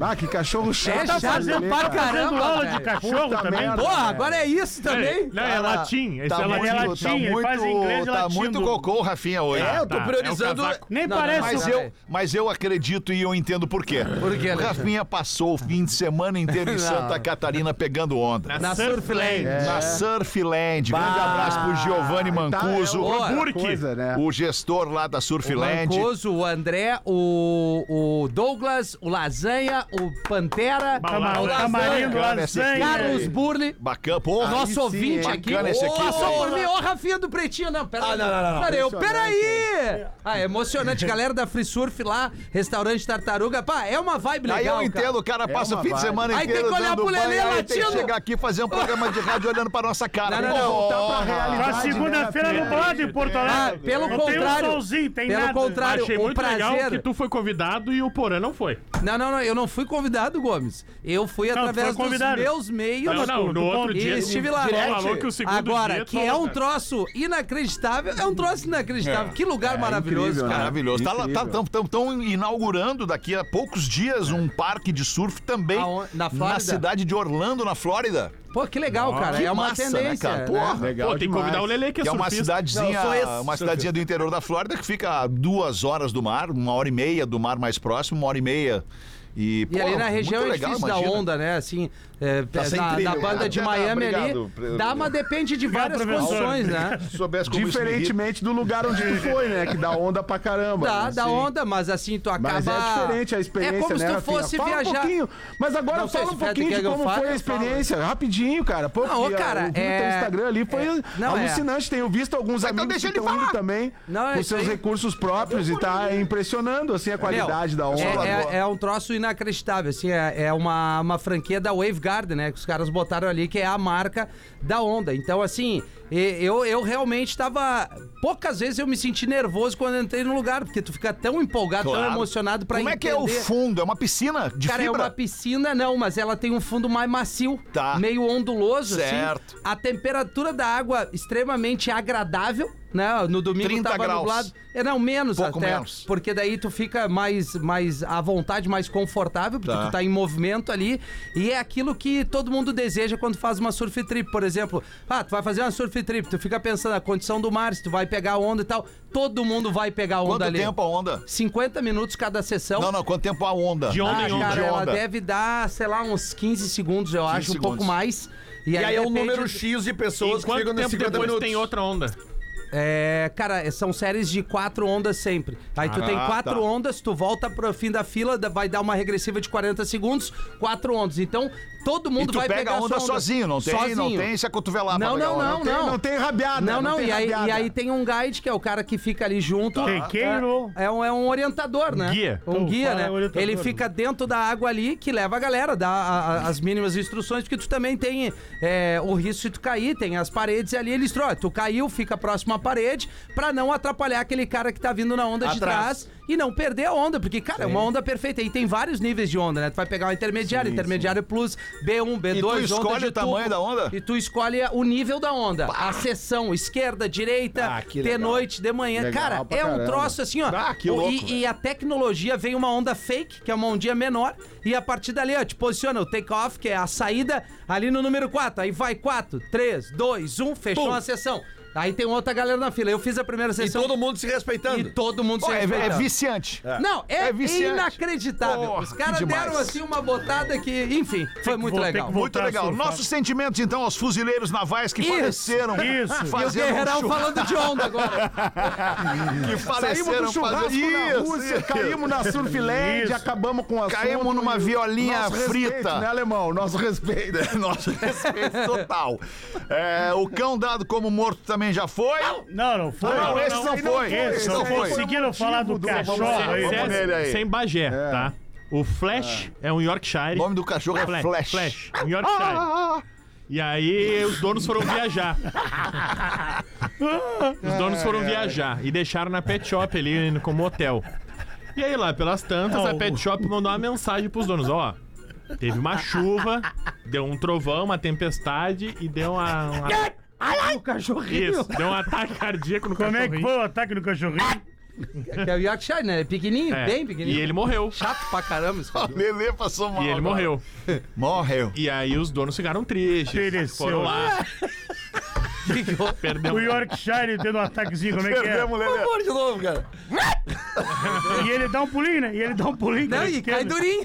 [SPEAKER 8] Ah, que cachorro chato.
[SPEAKER 5] É chato
[SPEAKER 8] Lelê,
[SPEAKER 5] pra
[SPEAKER 8] cara.
[SPEAKER 7] Fazendo
[SPEAKER 5] Caramba,
[SPEAKER 7] Tá aula
[SPEAKER 5] velho.
[SPEAKER 7] de cachorro
[SPEAKER 8] Puta
[SPEAKER 7] também.
[SPEAKER 8] merda.
[SPEAKER 5] Porra, agora é isso também?
[SPEAKER 6] Não, é latim. Esse é
[SPEAKER 4] Tá
[SPEAKER 6] latim.
[SPEAKER 4] muito, tá
[SPEAKER 7] latim, ele faz inglês
[SPEAKER 4] muito, tá
[SPEAKER 7] latino.
[SPEAKER 4] muito cocô, Rafinha, hoje.
[SPEAKER 9] É, eu tô
[SPEAKER 6] Tá,
[SPEAKER 9] priorizando.
[SPEAKER 6] é o casaco.
[SPEAKER 7] Nem
[SPEAKER 5] Não,
[SPEAKER 7] parece.
[SPEAKER 5] não,
[SPEAKER 4] Mas
[SPEAKER 6] é
[SPEAKER 5] Tá
[SPEAKER 4] eu,
[SPEAKER 5] bem.
[SPEAKER 4] mas eu acredito e eu entendo por quê.
[SPEAKER 5] Por quê,
[SPEAKER 4] o
[SPEAKER 5] Alexandre?
[SPEAKER 4] Rafinha passou o fim de semana inteiro em
[SPEAKER 5] Não.
[SPEAKER 4] Santa Catarina pegando onda.
[SPEAKER 5] Na Surfland.
[SPEAKER 6] É.
[SPEAKER 7] É,
[SPEAKER 4] Na Surfland. Grande abraço pro Giovanni Mancuso.
[SPEAKER 5] outra
[SPEAKER 4] o Burke,
[SPEAKER 8] coisa, né?
[SPEAKER 4] o gestor lá da
[SPEAKER 5] O
[SPEAKER 4] Surfland.
[SPEAKER 5] Mancoso, o André, o, o Douglas, o Lasanha, o Pantera,
[SPEAKER 6] Tá
[SPEAKER 7] Tama-
[SPEAKER 5] o
[SPEAKER 7] Tamarindo,
[SPEAKER 5] Lasanha,
[SPEAKER 4] Cara, esse aqui-
[SPEAKER 7] lasanha.
[SPEAKER 5] Carlos Burle.
[SPEAKER 4] Bacana, pô.
[SPEAKER 5] Nosso ouvinte aqui,
[SPEAKER 4] Bacana esse aqui.
[SPEAKER 5] passou por mim, ô Rafinha do Pretinho, não, peraí.
[SPEAKER 9] Ah, não, não, não, não.
[SPEAKER 5] Pera aí, eu- peraí! Ah, é emocionante, galera da Free Surf lá, restaurante Tartaruga, pá, é uma vibe legal,
[SPEAKER 4] Aí eu
[SPEAKER 5] cara.
[SPEAKER 4] entendo, o cara passa o fim de semana
[SPEAKER 5] Aí tem
[SPEAKER 4] inteiro
[SPEAKER 5] que olhar
[SPEAKER 4] dando
[SPEAKER 5] pro Lelê
[SPEAKER 4] banho, aí Tem que
[SPEAKER 5] latindo.
[SPEAKER 4] chegar aqui e fazer um programa de rádio olhando pra nossa cara.
[SPEAKER 5] Não, Tá não, não,
[SPEAKER 4] Porra.
[SPEAKER 5] voltar pra
[SPEAKER 7] Na
[SPEAKER 5] realidade.
[SPEAKER 7] segunda-feira
[SPEAKER 6] né,
[SPEAKER 7] no bode em
[SPEAKER 6] Pedro?
[SPEAKER 7] Porto
[SPEAKER 5] Ah,
[SPEAKER 7] Alegre.
[SPEAKER 5] pelo
[SPEAKER 7] Não tem um
[SPEAKER 5] contrário.
[SPEAKER 7] solzinho, tem
[SPEAKER 5] pelo
[SPEAKER 7] nada.
[SPEAKER 5] contrário,
[SPEAKER 6] Achei
[SPEAKER 5] o
[SPEAKER 6] muito
[SPEAKER 5] prazer.
[SPEAKER 6] legal que tu foi convidado e o Porã não foi.
[SPEAKER 5] Não, não, não, eu não fui convidado, Gomes. Eu fui
[SPEAKER 7] tu
[SPEAKER 5] através dos
[SPEAKER 7] foi convidado.
[SPEAKER 5] meus meios.
[SPEAKER 6] Não, não, no outro
[SPEAKER 5] E
[SPEAKER 6] dia.
[SPEAKER 5] estive lá.
[SPEAKER 6] Tu falou que o segundo
[SPEAKER 5] Agora,
[SPEAKER 6] dia tu
[SPEAKER 5] que
[SPEAKER 6] falou,
[SPEAKER 5] é um
[SPEAKER 6] cara.
[SPEAKER 5] troço inacreditável, é um troço inacreditável. que lugar maravilhoso,
[SPEAKER 8] incrível, né?
[SPEAKER 5] cara.
[SPEAKER 4] Maravilhoso. Estão tá,
[SPEAKER 8] Incrível.
[SPEAKER 4] tão- tão- tão inaugurando daqui a poucos dias um parque de surf também
[SPEAKER 5] Aonde? Na
[SPEAKER 4] na
[SPEAKER 5] Flórida?
[SPEAKER 4] cidade de Orlando, na Flórida.
[SPEAKER 5] Pô, que legal, cara.
[SPEAKER 4] que
[SPEAKER 5] é uma
[SPEAKER 4] massa, né,
[SPEAKER 5] tendência.
[SPEAKER 4] cara?
[SPEAKER 5] né?
[SPEAKER 4] Porra.
[SPEAKER 8] É Legal
[SPEAKER 6] Pô, tem que
[SPEAKER 8] demais.
[SPEAKER 6] convidar o Lelê, que é
[SPEAKER 4] Que é uma
[SPEAKER 6] surfista.
[SPEAKER 4] cidadezinha,
[SPEAKER 5] Não, eu sou esse-
[SPEAKER 4] uma cidadezinha do interior da Flórida que fica a duas horas do mar, uma hora e meia do mar mais próximo, uma hora e meia. E,
[SPEAKER 5] E ali
[SPEAKER 4] porra,
[SPEAKER 5] na
[SPEAKER 4] muito
[SPEAKER 5] região é
[SPEAKER 4] legal,
[SPEAKER 5] difícil
[SPEAKER 4] imagina.
[SPEAKER 5] da onda, né? Assim, é,
[SPEAKER 8] Tá
[SPEAKER 5] da,
[SPEAKER 9] sem trilho,
[SPEAKER 5] da banda
[SPEAKER 9] cara.
[SPEAKER 5] de
[SPEAKER 4] Não,
[SPEAKER 5] Miami
[SPEAKER 4] obrigado,
[SPEAKER 5] ali.
[SPEAKER 4] pre-
[SPEAKER 5] Dá, mas depende de
[SPEAKER 7] Obrigado,
[SPEAKER 5] várias
[SPEAKER 7] professor.
[SPEAKER 5] condições, né?
[SPEAKER 4] Se soubesse como isso me irrita.
[SPEAKER 8] Diferentemente do lugar onde tu foi, né? Que dá onda pra caramba.
[SPEAKER 5] Dá,
[SPEAKER 8] né?
[SPEAKER 5] dá
[SPEAKER 8] Sim.
[SPEAKER 5] onda, mas assim, tu acaba.
[SPEAKER 8] Mas é diferente a experiência,
[SPEAKER 5] É como
[SPEAKER 8] né,
[SPEAKER 5] se tu
[SPEAKER 8] Rafinha?
[SPEAKER 5] fosse
[SPEAKER 8] fala Um
[SPEAKER 5] viajar.
[SPEAKER 8] pouquinho, mas agora
[SPEAKER 5] Não sei
[SPEAKER 8] fala
[SPEAKER 5] se
[SPEAKER 8] um
[SPEAKER 5] o Pedro
[SPEAKER 8] pouquinho
[SPEAKER 5] quer
[SPEAKER 8] de
[SPEAKER 5] que eu
[SPEAKER 8] como
[SPEAKER 5] fale,
[SPEAKER 8] foi a
[SPEAKER 5] eu falo.
[SPEAKER 8] experiência, rapidinho, cara. Pô,
[SPEAKER 5] Não, ô,
[SPEAKER 8] porque, ah,
[SPEAKER 5] cara,
[SPEAKER 8] eu vi no
[SPEAKER 5] é-
[SPEAKER 8] teu Instagram ali, foi
[SPEAKER 5] não, é.
[SPEAKER 8] alucinante. Tenho visto alguns
[SPEAKER 4] então
[SPEAKER 8] amigos
[SPEAKER 4] deixa
[SPEAKER 8] que
[SPEAKER 4] ele
[SPEAKER 8] estão indo
[SPEAKER 4] falar.
[SPEAKER 8] também
[SPEAKER 5] Não, é
[SPEAKER 8] com
[SPEAKER 5] isso
[SPEAKER 8] seus
[SPEAKER 5] aí.
[SPEAKER 8] recursos próprios e tá impressionando, assim, a
[SPEAKER 5] Meu,
[SPEAKER 8] qualidade da onda.
[SPEAKER 5] É, é- é um troço inacreditável, assim, é, é uma, uma franquia da Wave Garden, né? Que os caras botaram ali, que é a marca da onda. Então, assim, e- eu, eu realmente tava. Poucas vezes eu me senti nervoso quando eu entrei no lugar, porque tu fica tão empolgado, tão
[SPEAKER 4] Claro.
[SPEAKER 5] emocionado pra
[SPEAKER 4] Como é que é o
[SPEAKER 5] entender.
[SPEAKER 4] fundo? É uma piscina de
[SPEAKER 5] Cara,
[SPEAKER 4] fibra?
[SPEAKER 5] é uma piscina, não, mas ela tem um fundo mais macio,
[SPEAKER 4] Tá.
[SPEAKER 5] meio onduloso,
[SPEAKER 4] Certo.
[SPEAKER 5] assim. A temperatura da água extremamente agradável, né? No domingo
[SPEAKER 4] 30
[SPEAKER 5] tava
[SPEAKER 4] graus.
[SPEAKER 5] nublado. É, não, menos
[SPEAKER 4] Pouco
[SPEAKER 5] até.
[SPEAKER 4] menos.
[SPEAKER 5] Porque daí tu fica mais, mais à vontade, mais confortável, porque
[SPEAKER 4] Tá.
[SPEAKER 5] tu tá em movimento ali. E é aquilo que todo mundo deseja quando faz uma surf trip, por exemplo. Ah, tu vai fazer uma surf trip, tu fica pensando na condição do mar, se tu vai pegar onda e tal. Todo mundo vai pegar onda
[SPEAKER 4] Quanto
[SPEAKER 5] ali.
[SPEAKER 4] tempo a onda?
[SPEAKER 5] 50 minutos cada sessão.
[SPEAKER 4] Não, não, quanto tempo a onda?
[SPEAKER 6] De onda
[SPEAKER 5] Ah,
[SPEAKER 6] em onda.
[SPEAKER 5] cara,
[SPEAKER 4] um de
[SPEAKER 5] ela
[SPEAKER 4] onda.
[SPEAKER 5] deve dar, sei lá, uns 15 segundos, eu acho, um
[SPEAKER 4] segundos.
[SPEAKER 5] pouco mais. E,
[SPEAKER 9] E aí é um
[SPEAKER 5] depende-
[SPEAKER 9] número X de pessoas
[SPEAKER 6] E
[SPEAKER 9] que
[SPEAKER 6] quanto
[SPEAKER 9] chegam
[SPEAKER 6] tempo
[SPEAKER 9] nesses 50
[SPEAKER 6] depois
[SPEAKER 9] minutos.
[SPEAKER 6] tem outra onda?
[SPEAKER 5] É, cara, são séries de quatro ondas sempre. Aí
[SPEAKER 4] Ah,
[SPEAKER 5] tu tem
[SPEAKER 4] tá.
[SPEAKER 5] quatro ondas, tu volta pro fim da fila, da- vai dar uma regressiva de 40 segundos, quatro ondas. Então, todo
[SPEAKER 4] E
[SPEAKER 5] mundo
[SPEAKER 4] tu
[SPEAKER 5] vai
[SPEAKER 4] pega
[SPEAKER 5] pegar
[SPEAKER 4] a
[SPEAKER 5] sua
[SPEAKER 4] onda, sozinho, não tem, não
[SPEAKER 5] Sozinho.
[SPEAKER 4] tem se acotovelar
[SPEAKER 5] Não,
[SPEAKER 4] pra pegar
[SPEAKER 5] não,
[SPEAKER 4] onda.
[SPEAKER 5] não,
[SPEAKER 8] Tem-
[SPEAKER 5] não.
[SPEAKER 8] não tem rabiada.
[SPEAKER 5] Não, não,
[SPEAKER 8] tem
[SPEAKER 5] e, aí,
[SPEAKER 8] rabiada.
[SPEAKER 5] e aí tem um guide, que é o cara que fica ali junto.
[SPEAKER 6] Ah,
[SPEAKER 7] Quequeiro.
[SPEAKER 5] É, é um, é um orientador, né?
[SPEAKER 6] Guia.
[SPEAKER 5] Um
[SPEAKER 7] Então,
[SPEAKER 5] guia,
[SPEAKER 7] fala
[SPEAKER 5] né?
[SPEAKER 7] orientador.
[SPEAKER 5] Ele fica dentro da água ali, que leva a galera, dá a- a- as mínimas instruções, porque tu também tem é, o risco de tu cair, tem as paredes ali, eles trocam. Tu caiu, fica próximo à parede, pra não atrapalhar aquele cara que tá vindo na onda de trás e não perder a onda, porque, cara, é uma onda perfeita. E tem vários níveis de onda, né? Tu vai pegar o intermediário, intermediário plus, B1, B2,
[SPEAKER 4] E tu
[SPEAKER 5] onda
[SPEAKER 4] escolhe
[SPEAKER 5] de
[SPEAKER 4] o tamanho
[SPEAKER 5] tubo.
[SPEAKER 4] da onda?
[SPEAKER 5] E tu escolhe o nível da onda. A seção, esquerda, direita, de noite, de manhã.
[SPEAKER 8] Legal
[SPEAKER 5] cara,
[SPEAKER 8] pra
[SPEAKER 5] é um
[SPEAKER 8] caramba.
[SPEAKER 5] troço assim, ó.
[SPEAKER 4] Ah, que
[SPEAKER 5] O-
[SPEAKER 4] louco,
[SPEAKER 5] e- e, a tecnologia vem uma onda fake, que é uma ondinha menor, e a partir dali, ó, te posiciona o take-off, que é a saída, ali no número 4. Aí vai 4, 3, 2, 1, fechou a sessão. Aí tem outra galera na fila. Eu fiz a primeira
[SPEAKER 9] E
[SPEAKER 5] sessão
[SPEAKER 9] todo mundo se
[SPEAKER 5] e
[SPEAKER 9] respeitando.
[SPEAKER 5] todo mundo
[SPEAKER 4] Pô,
[SPEAKER 5] se
[SPEAKER 4] é, é
[SPEAKER 5] respeitando.
[SPEAKER 4] viciante.
[SPEAKER 5] Não, é,
[SPEAKER 4] É viciante.
[SPEAKER 5] inacreditável.
[SPEAKER 4] Porra,
[SPEAKER 5] Os caras
[SPEAKER 4] que demais.
[SPEAKER 5] deram assim uma botada que, enfim, foi muito
[SPEAKER 7] vou ter
[SPEAKER 5] legal.
[SPEAKER 7] que
[SPEAKER 4] Muito
[SPEAKER 7] Voltar a
[SPEAKER 4] legal.
[SPEAKER 7] surfar.
[SPEAKER 4] Nossos sentimentos, então, aos fuzileiros navais que
[SPEAKER 5] Isso.
[SPEAKER 4] faleceram.
[SPEAKER 7] Isso.
[SPEAKER 5] E o
[SPEAKER 4] Fazendo
[SPEAKER 5] Guerreirão
[SPEAKER 4] um churrasco,
[SPEAKER 5] falando de onda agora.
[SPEAKER 4] que
[SPEAKER 8] Saímos do
[SPEAKER 4] faleceram
[SPEAKER 8] churrasco
[SPEAKER 4] fazendo
[SPEAKER 8] na
[SPEAKER 4] isso.
[SPEAKER 8] Rússia, caímos na Surfland,
[SPEAKER 7] Isso.
[SPEAKER 8] acabamos com a
[SPEAKER 4] Caímos numa violinha frita.
[SPEAKER 8] Respeito, né, alemão? Nosso respeito.
[SPEAKER 4] Nosso respeito total. É, o cão dado como morto também já foi.
[SPEAKER 7] Não, não foi.
[SPEAKER 4] Não, esse não foi.
[SPEAKER 7] Esse
[SPEAKER 4] não
[SPEAKER 7] não
[SPEAKER 4] foi.
[SPEAKER 7] Conseguiram falar do cachorro
[SPEAKER 6] Sem-
[SPEAKER 7] aí. né?
[SPEAKER 4] Vamos nele aí.
[SPEAKER 6] Sem, sem Bagé, tá? O Flash é, um
[SPEAKER 4] O
[SPEAKER 6] Yorkshire.
[SPEAKER 4] nome do cachorro é Flash.
[SPEAKER 6] Flash. um Yorkshire.
[SPEAKER 7] Ah!
[SPEAKER 6] E aí os donos foram viajar. Os donos foram viajar e deixaram na pet shop ali no- como hotel. E aí lá pelas tantas a pet shop mandou uma mensagem pros donos, ó. Teve uma chuva, deu um trovão, uma tempestade e deu uma, uma-
[SPEAKER 5] É, o cachorrinho.
[SPEAKER 6] isso, deu um ataque cardíaco no
[SPEAKER 7] Como é que
[SPEAKER 6] cachorrinho.
[SPEAKER 7] foi o ataque no cachorrinho?
[SPEAKER 5] Que é o Yorkshire, né? É Pequenininho,
[SPEAKER 6] É,
[SPEAKER 5] bem pequenininho.
[SPEAKER 6] E ele morreu.
[SPEAKER 5] Chato pra caramba esse cara.
[SPEAKER 4] Lelê passou mal.
[SPEAKER 6] E ele
[SPEAKER 4] agora.
[SPEAKER 6] morreu.
[SPEAKER 4] Morreu.
[SPEAKER 6] E aí os donos ficaram tristes.
[SPEAKER 7] Pereceu.
[SPEAKER 6] Foram lá,
[SPEAKER 5] Ficou.
[SPEAKER 6] perdeu.
[SPEAKER 7] O Yorkshire dando um ataquezinho, como é que é?
[SPEAKER 4] Perdemos, Lelê.
[SPEAKER 9] Pô, de novo, cara.
[SPEAKER 7] E ele dá um pulinho, né? E ele dá um pulinho.
[SPEAKER 5] Não,
[SPEAKER 7] cara,
[SPEAKER 5] e
[SPEAKER 7] pequeno.
[SPEAKER 5] cai durinho.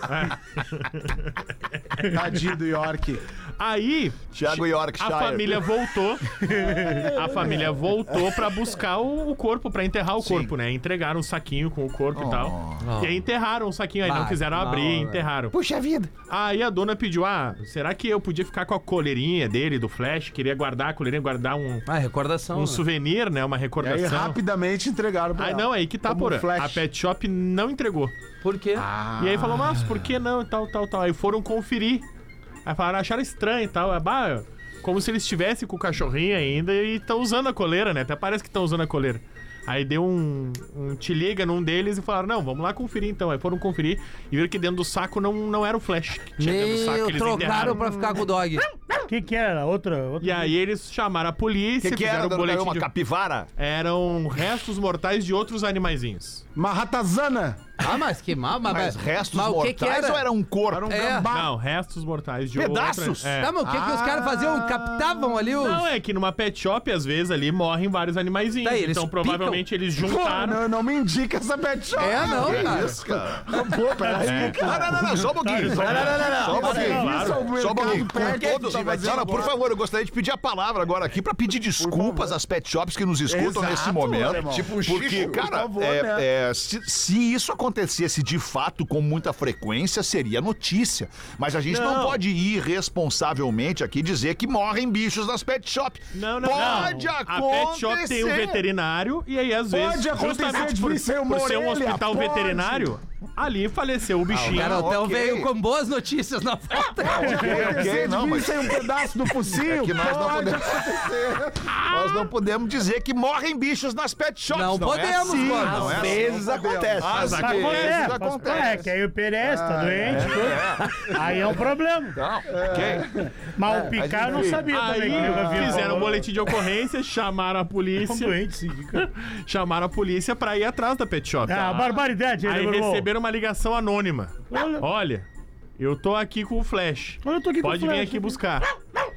[SPEAKER 8] Tadinho do York.
[SPEAKER 6] Aí,
[SPEAKER 4] Thiago
[SPEAKER 6] a
[SPEAKER 4] Yorkshire.
[SPEAKER 6] família voltou. A família voltou pra buscar o, o corpo, pra enterrar o corpo, né? Entregaram um saquinho com o corpo e tal. E aí enterraram o saquinho, aí não
[SPEAKER 5] Bah,
[SPEAKER 6] quiseram
[SPEAKER 5] que mal,
[SPEAKER 6] abrir,
[SPEAKER 5] velho.
[SPEAKER 6] enterraram. Puxa vida! Aí a dona pediu: ah, será que eu podia ficar com a coleirinha dele, do Flash? Queria guardar a coleirinha, guardar um,
[SPEAKER 5] Ah, recordação.
[SPEAKER 6] um
[SPEAKER 5] né?
[SPEAKER 6] souvenir, né? Uma
[SPEAKER 8] E aí
[SPEAKER 6] recordação.
[SPEAKER 8] rapidamente entregaram pra
[SPEAKER 6] Aí
[SPEAKER 8] ela.
[SPEAKER 6] não, aí que tá,
[SPEAKER 8] Como um
[SPEAKER 6] porra.
[SPEAKER 8] flash.
[SPEAKER 6] A Pet Shop não entregou.
[SPEAKER 5] Por quê?
[SPEAKER 6] E aí falou, mas por que não? E tal, tal, tal. Aí foram conferir. Aí falaram, acharam estranho e tal. Aí, bah, como se eles estivessem com o cachorrinho ainda e estão usando a coleira, né? Até parece que estão usando a coleira. Aí deu um, um te liga num deles e falaram, não, vamos lá conferir então. Aí foram conferir e viram que dentro do saco não, não era o flash. que tinha dentro do saco,
[SPEAKER 5] Meu,
[SPEAKER 6] eles
[SPEAKER 5] trocaram
[SPEAKER 6] enterraram.
[SPEAKER 5] pra ficar com o
[SPEAKER 6] Hum.
[SPEAKER 5] dog.
[SPEAKER 7] O que que era? Outra... outra...
[SPEAKER 6] E aí eles chamaram a polícia,
[SPEAKER 4] que, que era,
[SPEAKER 6] fizeram o
[SPEAKER 4] dona
[SPEAKER 6] boletim
[SPEAKER 4] Carol? Uma
[SPEAKER 6] de...
[SPEAKER 4] capivara?
[SPEAKER 6] Eram restos mortais de outros animaizinhos.
[SPEAKER 8] Uma ratazana.
[SPEAKER 5] Ah, mas que mal, mas,
[SPEAKER 4] Mas restos
[SPEAKER 5] mas o que
[SPEAKER 4] mortais
[SPEAKER 5] que era?
[SPEAKER 4] ou era um corpo?
[SPEAKER 8] Era um
[SPEAKER 5] É.
[SPEAKER 8] gambá.
[SPEAKER 6] Não, restos mortais de
[SPEAKER 4] Pedaços?
[SPEAKER 6] outros... É.
[SPEAKER 5] Tá, mas o que, que os caras faziam? Captavam ali os...
[SPEAKER 6] Não, é que numa pet shop, às vezes, ali morrem vários animaizinhos.
[SPEAKER 5] Tá aí, eles
[SPEAKER 6] então,
[SPEAKER 5] picam?
[SPEAKER 6] provavelmente, eles
[SPEAKER 8] Pô,
[SPEAKER 6] juntaram.
[SPEAKER 8] não, não me indica essa pet shop.
[SPEAKER 5] É, não, cara.
[SPEAKER 8] Pô, peraí.
[SPEAKER 4] Não, não, não, não, só um pouquinho. Só um pouquinho. Só um pouquinho.
[SPEAKER 8] Isso é o
[SPEAKER 4] Só um pouquinho.
[SPEAKER 8] mercado
[SPEAKER 4] Com
[SPEAKER 8] pet
[SPEAKER 4] todo-
[SPEAKER 8] que tá fazendo
[SPEAKER 4] Senhora, por
[SPEAKER 8] agora.
[SPEAKER 4] favor, eu gostaria de pedir a palavra agora aqui pra pedir desculpas às pet shops que nos escutam
[SPEAKER 8] Exato,
[SPEAKER 4] nesse momento.
[SPEAKER 8] alemão.
[SPEAKER 4] Tipo,
[SPEAKER 3] um
[SPEAKER 4] porque,
[SPEAKER 8] Chico, por
[SPEAKER 4] cara,
[SPEAKER 8] favor,
[SPEAKER 4] é-
[SPEAKER 8] né?
[SPEAKER 4] é, se, se isso acontecesse de fato com muita frequência, seria notícia. Mas a gente não,
[SPEAKER 6] Não.
[SPEAKER 4] pode irresponsavelmente aqui dizer que morrem bichos nas pet shops.
[SPEAKER 6] Não, não,
[SPEAKER 4] pode
[SPEAKER 6] não.
[SPEAKER 4] acontecer.
[SPEAKER 6] A pet shop tem um veterinário e aí, às
[SPEAKER 8] Pode
[SPEAKER 6] vezes,
[SPEAKER 8] acontecer
[SPEAKER 6] justamente
[SPEAKER 8] de
[SPEAKER 6] por,
[SPEAKER 8] vir ser uma
[SPEAKER 6] por ser um
[SPEAKER 8] orelha,
[SPEAKER 6] hospital
[SPEAKER 8] pode.
[SPEAKER 6] veterinário, ali faleceu o
[SPEAKER 5] Ah, O
[SPEAKER 6] bichinho.
[SPEAKER 5] garotão
[SPEAKER 4] ok.
[SPEAKER 5] veio com boas notícias na volta.
[SPEAKER 4] Ok, É, não, mas É
[SPEAKER 8] Sem um pedaço do focinho.
[SPEAKER 4] que nós não
[SPEAKER 8] pode.
[SPEAKER 4] podemos Nós não podemos dizer que morrem bichos nas pet shops.
[SPEAKER 5] Não
[SPEAKER 4] É
[SPEAKER 5] podemos,
[SPEAKER 4] assim,
[SPEAKER 5] Boris.
[SPEAKER 4] não é
[SPEAKER 5] Às
[SPEAKER 4] assim.
[SPEAKER 9] Vezes acontece.
[SPEAKER 4] Às
[SPEAKER 6] Mas
[SPEAKER 4] vezes
[SPEAKER 7] Acontece,
[SPEAKER 4] acontece.
[SPEAKER 7] É, que aí o Perez tá doente, tudo. aí é um problema. É.
[SPEAKER 4] Não, ok. É,
[SPEAKER 7] Mas o picar eu não sabia também.
[SPEAKER 6] Aí
[SPEAKER 7] que nunca vi.
[SPEAKER 6] fizeram um
[SPEAKER 7] Falou.
[SPEAKER 6] boletim de ocorrência, chamaram a
[SPEAKER 7] Tão
[SPEAKER 6] polícia,
[SPEAKER 7] É um doente, sim, cara.
[SPEAKER 6] chamaram a polícia pra ir atrás da pet shop.
[SPEAKER 7] Ah, barbaridade,
[SPEAKER 6] Aí
[SPEAKER 7] ele meu irmão.
[SPEAKER 6] receberam uma ligação anônima.
[SPEAKER 7] Olha.
[SPEAKER 6] Olha, eu tô aqui com o Flash.
[SPEAKER 7] Olha, eu tô aqui com o
[SPEAKER 6] Pode vir
[SPEAKER 7] Flash.
[SPEAKER 6] aqui buscar.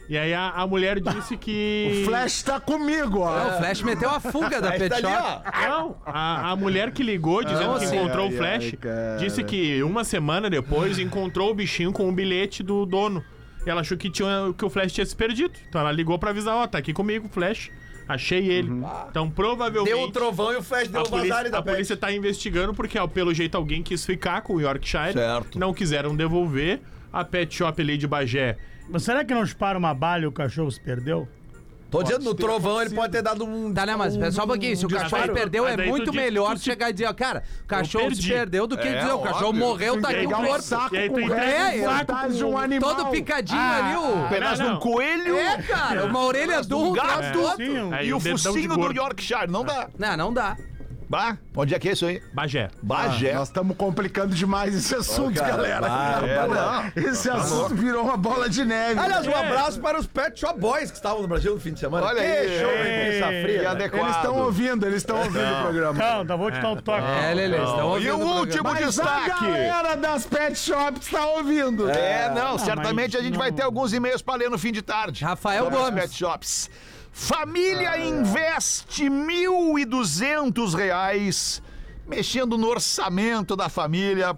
[SPEAKER 6] E aí a, a mulher disse que.
[SPEAKER 8] O Flash tá comigo, ó.
[SPEAKER 5] O Flash meteu a fuga
[SPEAKER 6] tá
[SPEAKER 5] da Pet Shop.
[SPEAKER 6] Não, a, a mulher que ligou dizendo que encontrou o Flash disse que uma semana depois encontrou o bichinho com o bilhete do dono. E ela achou que, tinha, que o Flash tinha se perdido. Então ela ligou pra avisar: ó, tá aqui comigo o Flash. Achei ele. Então provavelmente.
[SPEAKER 9] Deu um trovão e o Flash deu
[SPEAKER 6] A
[SPEAKER 9] o vazare
[SPEAKER 6] polícia,
[SPEAKER 9] da
[SPEAKER 6] a polícia tá investigando porque, ó, pelo jeito, alguém quis ficar com o Yorkshire.
[SPEAKER 9] Certo.
[SPEAKER 6] Não quiseram devolver. A pet shop ali de Bagé.
[SPEAKER 7] Mas será que não dispara uma bala e o cachorro se perdeu?
[SPEAKER 9] Tô dizendo, no trovão ele pode ter dado um.
[SPEAKER 5] Tá, né? Mas pera, só um pouquinho, se o
[SPEAKER 6] Desculpa,
[SPEAKER 5] cachorro
[SPEAKER 6] aí-
[SPEAKER 5] perdeu,
[SPEAKER 6] aí
[SPEAKER 5] é
[SPEAKER 6] daí tu
[SPEAKER 5] muito
[SPEAKER 6] diz-
[SPEAKER 5] melhor
[SPEAKER 6] tu-
[SPEAKER 5] chegar e dizer, ó, cara, o cachorro se
[SPEAKER 6] perdi. É,
[SPEAKER 5] perdeu do que dizer, o cachorro
[SPEAKER 4] óbvio.
[SPEAKER 5] morreu, tá aqui o
[SPEAKER 8] Pegar um
[SPEAKER 5] corpo.
[SPEAKER 8] saco
[SPEAKER 6] E aí tu
[SPEAKER 8] com
[SPEAKER 6] entrega
[SPEAKER 8] resto,
[SPEAKER 5] É, eu-
[SPEAKER 8] atrás de um animal.
[SPEAKER 5] Todo picadinho ali, o...
[SPEAKER 4] Pedaço de
[SPEAKER 6] Não,
[SPEAKER 4] um
[SPEAKER 6] não.
[SPEAKER 4] coelho
[SPEAKER 5] É, cara, uma orelha de um, um
[SPEAKER 4] gato.
[SPEAKER 5] troço do outro.
[SPEAKER 7] Sim, um-
[SPEAKER 6] Aí
[SPEAKER 4] e o
[SPEAKER 6] É. dedão de
[SPEAKER 4] focinho do
[SPEAKER 6] gordo.
[SPEAKER 4] Yorkshire. Não dá.
[SPEAKER 5] Não, não dá.
[SPEAKER 4] Bah, onde é que é isso aí?
[SPEAKER 6] Bagé.
[SPEAKER 4] Bagé.
[SPEAKER 8] É. Nós estamos complicando demais esse assunto, galera.
[SPEAKER 4] É, não.
[SPEAKER 8] Esse assunto virou uma bola de neve.
[SPEAKER 9] Aliás, um abraço para os Pet Shop Boys que estavam no Brasil no fim de semana.
[SPEAKER 4] Olha
[SPEAKER 9] que
[SPEAKER 4] aí.
[SPEAKER 9] show de
[SPEAKER 4] Ei,
[SPEAKER 9] pizza fria.
[SPEAKER 4] que
[SPEAKER 9] né?
[SPEAKER 4] adequado.
[SPEAKER 8] eles estão ouvindo, eles estão ouvindo o programa.
[SPEAKER 7] Não, tá, vou te dar um toque.
[SPEAKER 5] É, Lelê, estão
[SPEAKER 4] E o
[SPEAKER 5] ouvindo o
[SPEAKER 4] último
[SPEAKER 5] programa.
[SPEAKER 4] destaque.
[SPEAKER 8] A galera das pet shops está ouvindo.
[SPEAKER 4] É, não, certamente
[SPEAKER 7] mas
[SPEAKER 4] a gente vai
[SPEAKER 7] não-
[SPEAKER 4] ter alguns e-mails pra ler no fim de tarde.
[SPEAKER 5] Rafael
[SPEAKER 4] Sobre as
[SPEAKER 5] É Gomes.
[SPEAKER 4] Pet Shops. Família investe R$ 1.200 reais mexendo no orçamento da família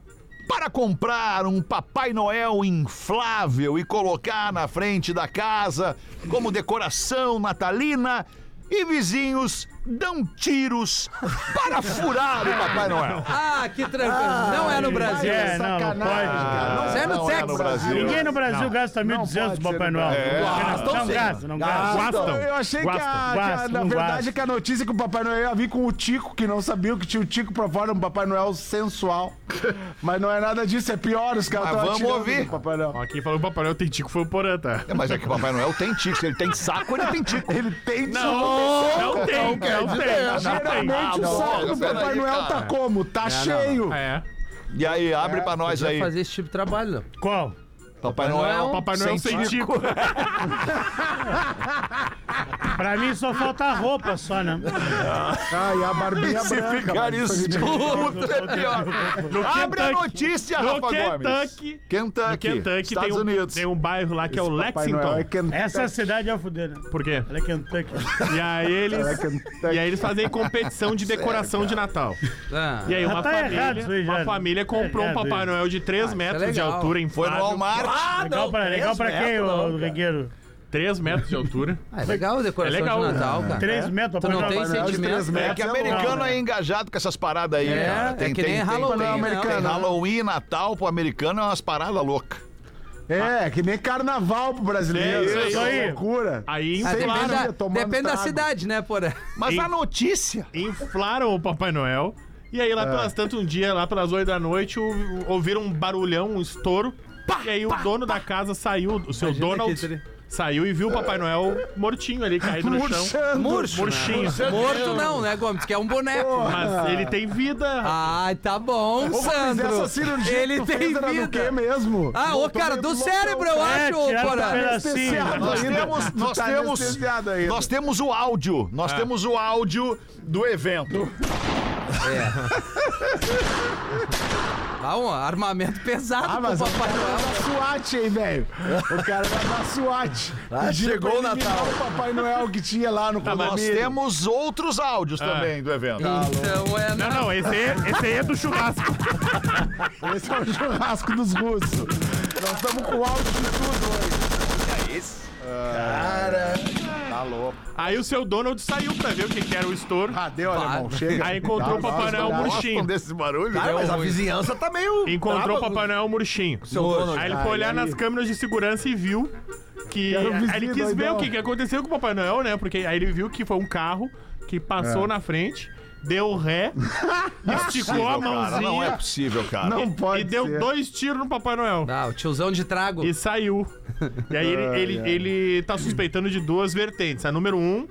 [SPEAKER 4] para comprar um Papai Noel inflável e colocar na frente da casa como decoração natalina. E vizinhos dão tiros para furar o Papai Noel.
[SPEAKER 5] Ah, que tranquilo. não é no Brasil.
[SPEAKER 7] é, não, não pode. cara.
[SPEAKER 5] Zé no
[SPEAKER 4] Não é
[SPEAKER 5] sexo.
[SPEAKER 4] no Brasil.
[SPEAKER 7] Ninguém no Brasil gasta 1.200 pro Papai Noel. Não, não gasta, não gasta.
[SPEAKER 8] Ah,
[SPEAKER 6] Guastam.
[SPEAKER 8] eu achei que, a,
[SPEAKER 6] Guastam.
[SPEAKER 8] que a-
[SPEAKER 7] Guastam,
[SPEAKER 8] na
[SPEAKER 7] não
[SPEAKER 8] verdade,
[SPEAKER 7] guastam.
[SPEAKER 8] que a notícia que o Papai Noel ia vir com o Tico, que não sabia que tinha o Tico pra fora, um Papai Noel sensual. Mas não é nada disso, é pior, os caras
[SPEAKER 4] Mas
[SPEAKER 8] tão
[SPEAKER 4] vamos
[SPEAKER 8] atirando
[SPEAKER 4] ouvir.
[SPEAKER 8] no Papai Noel.
[SPEAKER 6] Ó, quem falou que o Papai Noel tem tico foi o Porã, tá?
[SPEAKER 4] É, mas é que o Papai Noel tem tico. Se ele tem saco, ele tem tico.
[SPEAKER 8] Ele tem Tico.
[SPEAKER 6] Não, não tem, não tem.
[SPEAKER 8] É, Geralmente
[SPEAKER 4] Ah,
[SPEAKER 8] o saco
[SPEAKER 4] não,
[SPEAKER 8] do Papai
[SPEAKER 4] peraí,
[SPEAKER 8] Noel
[SPEAKER 4] cara.
[SPEAKER 8] tá como? Tá cheio.
[SPEAKER 6] É.
[SPEAKER 4] E aí, abre pra nós
[SPEAKER 5] Vai
[SPEAKER 4] aí.
[SPEAKER 5] fazer esse tipo de trabalho, não.
[SPEAKER 7] Qual?
[SPEAKER 4] Papai Noel.
[SPEAKER 6] Papai Noel sem tico.
[SPEAKER 7] Pra mim só falta roupa só, né?
[SPEAKER 8] Ah, e a barbinha
[SPEAKER 4] Se
[SPEAKER 8] branca.
[SPEAKER 4] ficar
[SPEAKER 8] mas isso aí-
[SPEAKER 4] escuta, é pior. Abre a
[SPEAKER 6] Kentucky.
[SPEAKER 4] notícia,
[SPEAKER 6] No
[SPEAKER 4] Rafa Gomes.
[SPEAKER 6] Kentucky.
[SPEAKER 4] Kentucky.
[SPEAKER 6] No Kentucky
[SPEAKER 4] Estados
[SPEAKER 6] tem um,
[SPEAKER 4] Unidos.
[SPEAKER 6] tem um bairro lá que é o
[SPEAKER 8] Papai Noel é
[SPEAKER 6] Lexington.
[SPEAKER 8] Kentucky.
[SPEAKER 7] Essa cidade é a fuder, né?
[SPEAKER 6] Por quê?
[SPEAKER 7] Ela é Kentucky.
[SPEAKER 6] E aí eles,
[SPEAKER 8] é Kentucky.
[SPEAKER 6] e aí eles fazem competição de decoração de Natal.
[SPEAKER 5] Ah.
[SPEAKER 6] E aí uma
[SPEAKER 7] Tá errado isso aí,
[SPEAKER 6] família,
[SPEAKER 7] já.
[SPEAKER 6] uma família comprou um
[SPEAKER 7] Tá errado
[SPEAKER 6] Papai
[SPEAKER 7] isso.
[SPEAKER 6] Noel de 3 metros
[SPEAKER 5] Ah,
[SPEAKER 6] de
[SPEAKER 5] é legal.
[SPEAKER 6] altura
[SPEAKER 4] Foi no
[SPEAKER 6] inflável.
[SPEAKER 4] Walmart
[SPEAKER 9] Ah,
[SPEAKER 7] Legal
[SPEAKER 9] não,
[SPEAKER 7] pra, legal
[SPEAKER 9] três
[SPEAKER 7] pra quem,
[SPEAKER 9] metros,
[SPEAKER 7] ô
[SPEAKER 9] não,
[SPEAKER 7] Regueiro?
[SPEAKER 6] 3 metros de altura.
[SPEAKER 5] Ah, é legal a decoração
[SPEAKER 6] É legal,
[SPEAKER 5] de Natal, cara. É.
[SPEAKER 7] 3 metros,
[SPEAKER 5] Tu
[SPEAKER 7] Papai
[SPEAKER 5] não tem
[SPEAKER 7] Noel.
[SPEAKER 5] sentimento.
[SPEAKER 4] É que americano é engajado com essas paradas aí,
[SPEAKER 5] É,
[SPEAKER 4] cara.
[SPEAKER 5] é que nem Halloween, né?
[SPEAKER 4] americano.
[SPEAKER 5] Tem-
[SPEAKER 4] Halloween, Natal pro americano é umas paradas loucas.
[SPEAKER 8] É, que nem carnaval pro brasileiro.
[SPEAKER 6] É isso aí.
[SPEAKER 8] isso aí. Loucura.
[SPEAKER 6] Aí
[SPEAKER 5] Ah,
[SPEAKER 6] inflaram,
[SPEAKER 5] depende da,
[SPEAKER 8] tomando
[SPEAKER 5] depende da
[SPEAKER 8] trago.
[SPEAKER 5] cidade, né, porra?
[SPEAKER 4] Mas
[SPEAKER 6] Ei.
[SPEAKER 4] a notícia.
[SPEAKER 6] inflaram o Papai Noel. E aí lá
[SPEAKER 5] Ah.
[SPEAKER 6] pelas tantas, um dia, lá pelas 8 da noite, ou- ouviram um barulhão, um estouro. e aí o dono da casa saiu, o seu
[SPEAKER 5] Imagina
[SPEAKER 6] Donald
[SPEAKER 5] que seria-
[SPEAKER 6] saiu e viu o Papai Noel mortinho ali, caído no chão.
[SPEAKER 5] Murcho.
[SPEAKER 6] Murchinho.
[SPEAKER 5] né? Morto não, né, Gomes? Que é um boneco.
[SPEAKER 6] Mas ele tem vida.
[SPEAKER 5] Ai, tá bom,
[SPEAKER 8] Fizer
[SPEAKER 5] Sandro.
[SPEAKER 8] essa cirurgia que
[SPEAKER 5] Ele
[SPEAKER 8] tu
[SPEAKER 5] tem
[SPEAKER 8] fez, era do quê um
[SPEAKER 5] vida.
[SPEAKER 8] mesmo?
[SPEAKER 5] Ah, ô, cara, do cérebro, eu
[SPEAKER 7] É,
[SPEAKER 5] acho,
[SPEAKER 7] tiraram
[SPEAKER 5] porra.
[SPEAKER 7] um pedacinho.
[SPEAKER 8] Especiado
[SPEAKER 4] Nós
[SPEAKER 8] ainda.
[SPEAKER 4] temos,
[SPEAKER 8] Tu
[SPEAKER 4] nós
[SPEAKER 8] tá
[SPEAKER 4] temos,
[SPEAKER 8] anestesiado ainda.
[SPEAKER 4] nós temos o áudio.
[SPEAKER 6] Ah.
[SPEAKER 4] Nós temos o áudio do evento.
[SPEAKER 5] Dá um armamento pesado
[SPEAKER 8] Ah,
[SPEAKER 5] pro
[SPEAKER 8] mas o
[SPEAKER 5] Papai
[SPEAKER 8] cara
[SPEAKER 5] Noel.
[SPEAKER 8] vai dar SWAT, hein, velho? O cara vai dar SWAT.
[SPEAKER 9] Ah,
[SPEAKER 8] Pediram
[SPEAKER 9] chegou
[SPEAKER 8] pra
[SPEAKER 9] o
[SPEAKER 8] eliminar
[SPEAKER 9] Natal.
[SPEAKER 8] o Papai Noel que tinha lá no
[SPEAKER 6] mas
[SPEAKER 4] Ah, Nós
[SPEAKER 8] condomínio.
[SPEAKER 4] temos outros áudios
[SPEAKER 6] Ah.
[SPEAKER 4] também do evento.
[SPEAKER 5] Então é
[SPEAKER 6] Não, não, esse aí, esse aí é do churrasco.
[SPEAKER 8] Esse é o churrasco dos russos. Nós estamos com o áudio de tudo hoje.
[SPEAKER 6] Aí o seu Donald saiu pra ver o que, que era o estouro.
[SPEAKER 8] Ah, deu, alemão. Chega.
[SPEAKER 6] Aí encontrou o
[SPEAKER 8] Dá, um
[SPEAKER 6] Papai
[SPEAKER 8] dá,
[SPEAKER 6] Noel
[SPEAKER 8] dá.
[SPEAKER 6] murchinho.
[SPEAKER 4] desse barulho?
[SPEAKER 9] Cara, Ah, mas a vizinhança tá meio.
[SPEAKER 6] Encontrou o
[SPEAKER 9] brava.
[SPEAKER 6] Papai Noel murchinho.
[SPEAKER 9] Donald.
[SPEAKER 6] Aí ele foi olhar
[SPEAKER 8] aí.
[SPEAKER 6] nas câmeras de segurança e viu que.
[SPEAKER 8] Era um
[SPEAKER 6] Aí ele
[SPEAKER 8] vizinho
[SPEAKER 6] quis ver
[SPEAKER 8] doidão.
[SPEAKER 6] o que, que aconteceu com o Papai Noel, né? Porque aí ele viu que foi um carro que passou na frente, deu ré, esticou a
[SPEAKER 4] Cara, não é
[SPEAKER 6] mãozinha
[SPEAKER 4] possível, cara.
[SPEAKER 8] Não pode
[SPEAKER 6] e deu
[SPEAKER 8] ser.
[SPEAKER 6] dois tiros no Papai Noel.
[SPEAKER 5] Ah, o tiozão de trago.
[SPEAKER 6] E saiu. E aí ele, ele, ele tá suspeitando de duas vertentes. A número um.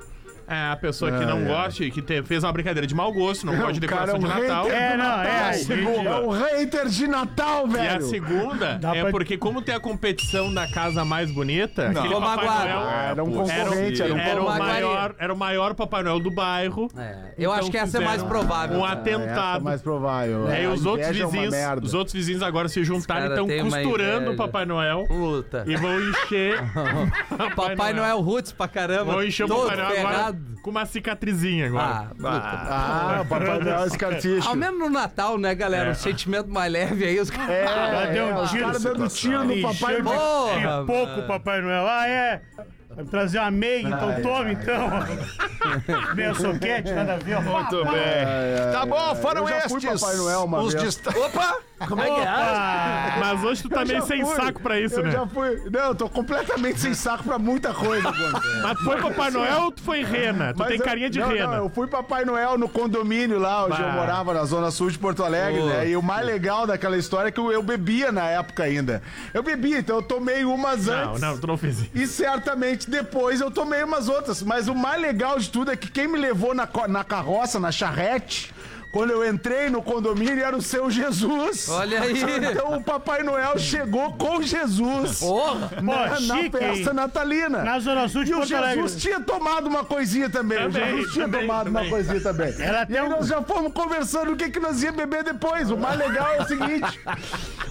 [SPEAKER 6] É a pessoa que não gosta e que te- fez uma brincadeira de mau gosto, não gosta de
[SPEAKER 8] cara é
[SPEAKER 6] decoração
[SPEAKER 8] um
[SPEAKER 6] de Natal.
[SPEAKER 8] hater.
[SPEAKER 7] É, não, é. a gente-
[SPEAKER 8] É o hater de Natal,
[SPEAKER 6] E a
[SPEAKER 8] velho.
[SPEAKER 6] segunda
[SPEAKER 7] Dá
[SPEAKER 6] é
[SPEAKER 7] pra-
[SPEAKER 6] porque como tem a competição da casa mais bonita, aquele
[SPEAKER 5] Ficou
[SPEAKER 6] Papai
[SPEAKER 5] magoado.
[SPEAKER 6] Noel
[SPEAKER 8] Era um
[SPEAKER 4] Era um-
[SPEAKER 8] concorrente, era um
[SPEAKER 6] era o,
[SPEAKER 5] magoaria.
[SPEAKER 6] maior, era o maior Papai Noel do bairro.
[SPEAKER 5] É, eu
[SPEAKER 6] Então
[SPEAKER 5] acho que essa é mais
[SPEAKER 6] fizeram
[SPEAKER 5] provável.
[SPEAKER 6] Um
[SPEAKER 5] cara.
[SPEAKER 8] Essa é
[SPEAKER 6] atentado.
[SPEAKER 8] mais provável.
[SPEAKER 6] E aí
[SPEAKER 8] A
[SPEAKER 6] os outros
[SPEAKER 8] inveja é uma
[SPEAKER 6] vizinhos,
[SPEAKER 8] merda.
[SPEAKER 6] os outros vizinhos agora se juntaram e
[SPEAKER 5] Os
[SPEAKER 6] estão
[SPEAKER 5] caras têm uma
[SPEAKER 6] costurando
[SPEAKER 5] inveja.
[SPEAKER 6] o Papai Noel
[SPEAKER 5] Puta.
[SPEAKER 6] e vão encher
[SPEAKER 5] Papai Noel Roots pra caramba.
[SPEAKER 6] Vão encher o
[SPEAKER 5] todo
[SPEAKER 6] Papai Noel agora
[SPEAKER 5] ferrado.
[SPEAKER 6] com uma cicatrizinha agora.
[SPEAKER 5] Ah, puta.
[SPEAKER 8] Ah, o Papai Noel é escarticho.
[SPEAKER 5] Ao menos no Natal, né, galera? Um sentimento mais leve aí. Os...
[SPEAKER 8] É,
[SPEAKER 7] Já deu um
[SPEAKER 8] é, os
[SPEAKER 7] tiro.
[SPEAKER 8] caras dando tiro no
[SPEAKER 7] Encheu
[SPEAKER 8] Papai
[SPEAKER 7] de-
[SPEAKER 8] Noel.
[SPEAKER 5] Porra,
[SPEAKER 7] de pouco, Papai Noel. Ah, é. Vai trazer uma meia, então toma, então.
[SPEAKER 6] então.
[SPEAKER 7] Meu soquete, nada a ver.
[SPEAKER 4] Muito bem. Tá bom, foram
[SPEAKER 8] Eu já fui
[SPEAKER 4] estes.
[SPEAKER 8] Papai Noel uma
[SPEAKER 4] os
[SPEAKER 8] vez.
[SPEAKER 4] destaques. Opa!
[SPEAKER 9] Como é que
[SPEAKER 6] Ah,
[SPEAKER 9] é?
[SPEAKER 6] Mas hoje tu tá meio sem saco pra isso,
[SPEAKER 8] eu
[SPEAKER 6] né?
[SPEAKER 8] já fui. Não, eu tô completamente sem saco pra muita coisa, Gomes.
[SPEAKER 6] Mas tu foi Papai Noel ou tu foi rena? Tu
[SPEAKER 8] Mas
[SPEAKER 6] tem
[SPEAKER 8] eu-
[SPEAKER 6] carinha de
[SPEAKER 8] não,
[SPEAKER 6] rena.
[SPEAKER 8] Não, eu fui Papai Noel no condomínio lá, onde
[SPEAKER 6] Bah.
[SPEAKER 8] eu morava, na zona sul de Porto Alegre, né? E o mais legal daquela história é que eu, eu bebia na época ainda. Eu bebia, então eu tomei umas
[SPEAKER 6] Não,
[SPEAKER 8] antes.
[SPEAKER 6] não, tu não fez isso.
[SPEAKER 8] E certamente depois eu tomei umas outras. Mas o mais legal de tudo é que quem me levou na, co- na carroça, na charrete, quando eu entrei no condomínio, era o seu Jesus.
[SPEAKER 5] Olha aí.
[SPEAKER 8] Então o Papai Noel chegou com Jesus
[SPEAKER 5] porra.
[SPEAKER 8] na,
[SPEAKER 7] Pô,
[SPEAKER 8] na
[SPEAKER 7] chique,
[SPEAKER 8] festa
[SPEAKER 7] hein?
[SPEAKER 8] natalina.
[SPEAKER 7] Na Zona Sul de
[SPEAKER 8] E o
[SPEAKER 7] Porto Alegre.
[SPEAKER 8] Jesus
[SPEAKER 6] né?
[SPEAKER 8] tinha tomado uma coisinha também.
[SPEAKER 6] Também,
[SPEAKER 8] o Jesus tinha
[SPEAKER 6] também,
[SPEAKER 8] tomado
[SPEAKER 6] também.
[SPEAKER 8] uma coisinha também.
[SPEAKER 7] Era
[SPEAKER 8] e
[SPEAKER 7] até
[SPEAKER 8] aí
[SPEAKER 7] um-
[SPEAKER 8] nós já fomos conversando o que, que nós ia beber depois. O mais legal é o seguinte.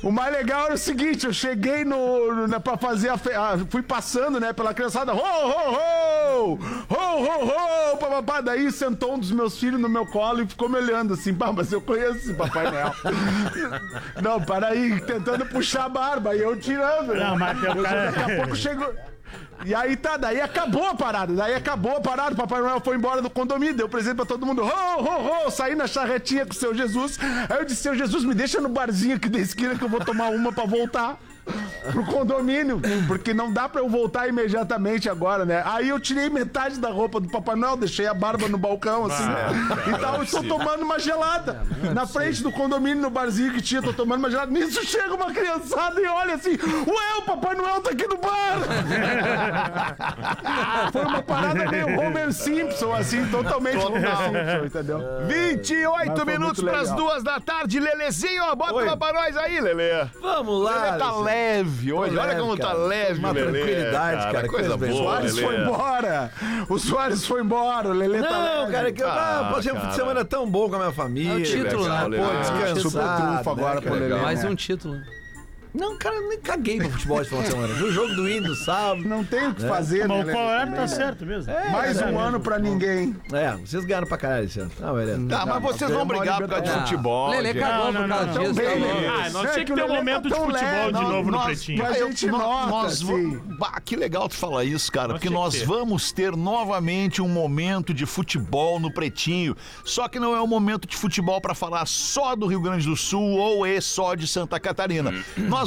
[SPEAKER 8] O mais legal era o seguinte, eu cheguei no, no- na, pra fazer a, fe... ah, Fui passando, né, pela criançada. Ho, ho, ho! Ho, ho, ho! Papapá. Daí sentou um dos meus filhos no meu colo e ficou me olhando assim. Pá, mas eu conheço esse Papai Noel. Não, para aí. Tentando puxar a barba e eu tirando. né?
[SPEAKER 7] Não, mas o cara...
[SPEAKER 8] Daqui a pouco chegou. E aí tá, daí acabou a parada, daí acabou a parada, o Papai Noel foi embora do condomínio, deu presente pra todo mundo. Ho, ho, ho, saí na charretinha com o seu Jesus. Aí eu disse, seu Jesus, me deixa no barzinho aqui da esquina que eu vou tomar uma pra voltar pro condomínio. Porque não dá pra eu voltar imediatamente agora, né? Aí eu tirei metade da roupa do Papai Noel, deixei a barba no balcão, assim. e tal, eu tô tomando uma gelada. na frente do condomínio, no barzinho que tinha, tô tomando uma gelada. Nisso chega uma criançada e olha assim, ué, o Papai Noel tá aqui no bar! Ah, Foi uma parada meio Homer Simpson, assim, totalmente Homer Simpson, entendeu?
[SPEAKER 4] 28
[SPEAKER 8] foi
[SPEAKER 4] minutos
[SPEAKER 8] muito
[SPEAKER 4] pras
[SPEAKER 8] legal.
[SPEAKER 4] duas da tarde, Lelezinho, bota
[SPEAKER 9] Oi.
[SPEAKER 4] uma pra nós aí, Lele.
[SPEAKER 9] Vamos lá.
[SPEAKER 4] Lele tá
[SPEAKER 9] Alessandro.
[SPEAKER 4] leve hoje,
[SPEAKER 9] Tô
[SPEAKER 4] olha
[SPEAKER 9] leve,
[SPEAKER 4] como tá
[SPEAKER 9] cara.
[SPEAKER 4] leve,
[SPEAKER 9] Uma
[SPEAKER 4] Lelê,
[SPEAKER 9] tranquilidade,
[SPEAKER 4] Coisa
[SPEAKER 9] cara, coisa bem.
[SPEAKER 4] boa,
[SPEAKER 8] Soares foi
[SPEAKER 4] Lelê.
[SPEAKER 8] embora. O Soares foi embora, o Lelê tá
[SPEAKER 9] Não,
[SPEAKER 8] leve.
[SPEAKER 9] cara, é que eu
[SPEAKER 4] Ah,
[SPEAKER 9] ah, passei um fim
[SPEAKER 4] cara.
[SPEAKER 9] de semana tão bom com a minha família.
[SPEAKER 5] É o título,
[SPEAKER 9] cara.
[SPEAKER 5] né?
[SPEAKER 9] Pô,
[SPEAKER 4] Legal.
[SPEAKER 9] descansado,
[SPEAKER 8] Super trunfo agora
[SPEAKER 9] né,
[SPEAKER 8] pro
[SPEAKER 9] cara?
[SPEAKER 8] Lelê.
[SPEAKER 5] Mais
[SPEAKER 8] né?
[SPEAKER 5] um título.
[SPEAKER 9] Não, cara, eu nem caguei pro futebol esse final de semana. No jogo do Indo, sábado.
[SPEAKER 8] Não tem o que fazer, né?
[SPEAKER 7] Mas o
[SPEAKER 8] Lelê?
[SPEAKER 7] Colorado tá certo mesmo.
[SPEAKER 8] Mais
[SPEAKER 7] É,
[SPEAKER 8] um
[SPEAKER 7] mesmo.
[SPEAKER 8] ano pra ninguém.
[SPEAKER 9] É, vocês ganharam pra caralho esse ano. Ah, beleza.
[SPEAKER 4] Tá, mas vocês vão brigar por causa de É. futebol.
[SPEAKER 5] Lele
[SPEAKER 4] gente.
[SPEAKER 5] cagou
[SPEAKER 7] Não,
[SPEAKER 5] por
[SPEAKER 7] não,
[SPEAKER 5] causa
[SPEAKER 7] não,
[SPEAKER 5] disso.
[SPEAKER 8] Bem,
[SPEAKER 5] tá louco.
[SPEAKER 8] Lelê.
[SPEAKER 6] Ah, nós
[SPEAKER 8] É
[SPEAKER 6] tinha que
[SPEAKER 8] o
[SPEAKER 6] ter um
[SPEAKER 7] tá
[SPEAKER 8] Lelê
[SPEAKER 6] momento de
[SPEAKER 8] tão
[SPEAKER 6] futebol
[SPEAKER 8] leve,
[SPEAKER 6] de
[SPEAKER 8] nós-
[SPEAKER 6] novo no
[SPEAKER 8] nós-
[SPEAKER 6] Pretinho.
[SPEAKER 8] A
[SPEAKER 4] Eu-
[SPEAKER 8] gente
[SPEAKER 4] no-
[SPEAKER 8] nota,
[SPEAKER 4] nós va-
[SPEAKER 8] sim.
[SPEAKER 4] Bah, que legal tu falar isso, cara, porque
[SPEAKER 6] tinha que
[SPEAKER 4] nós
[SPEAKER 6] ter.
[SPEAKER 4] vamos ter novamente um momento de futebol no Pretinho. Só que não é um momento de futebol para falar só do Rio Grande do Sul ou e só de Santa Catarina.
[SPEAKER 6] Uhum.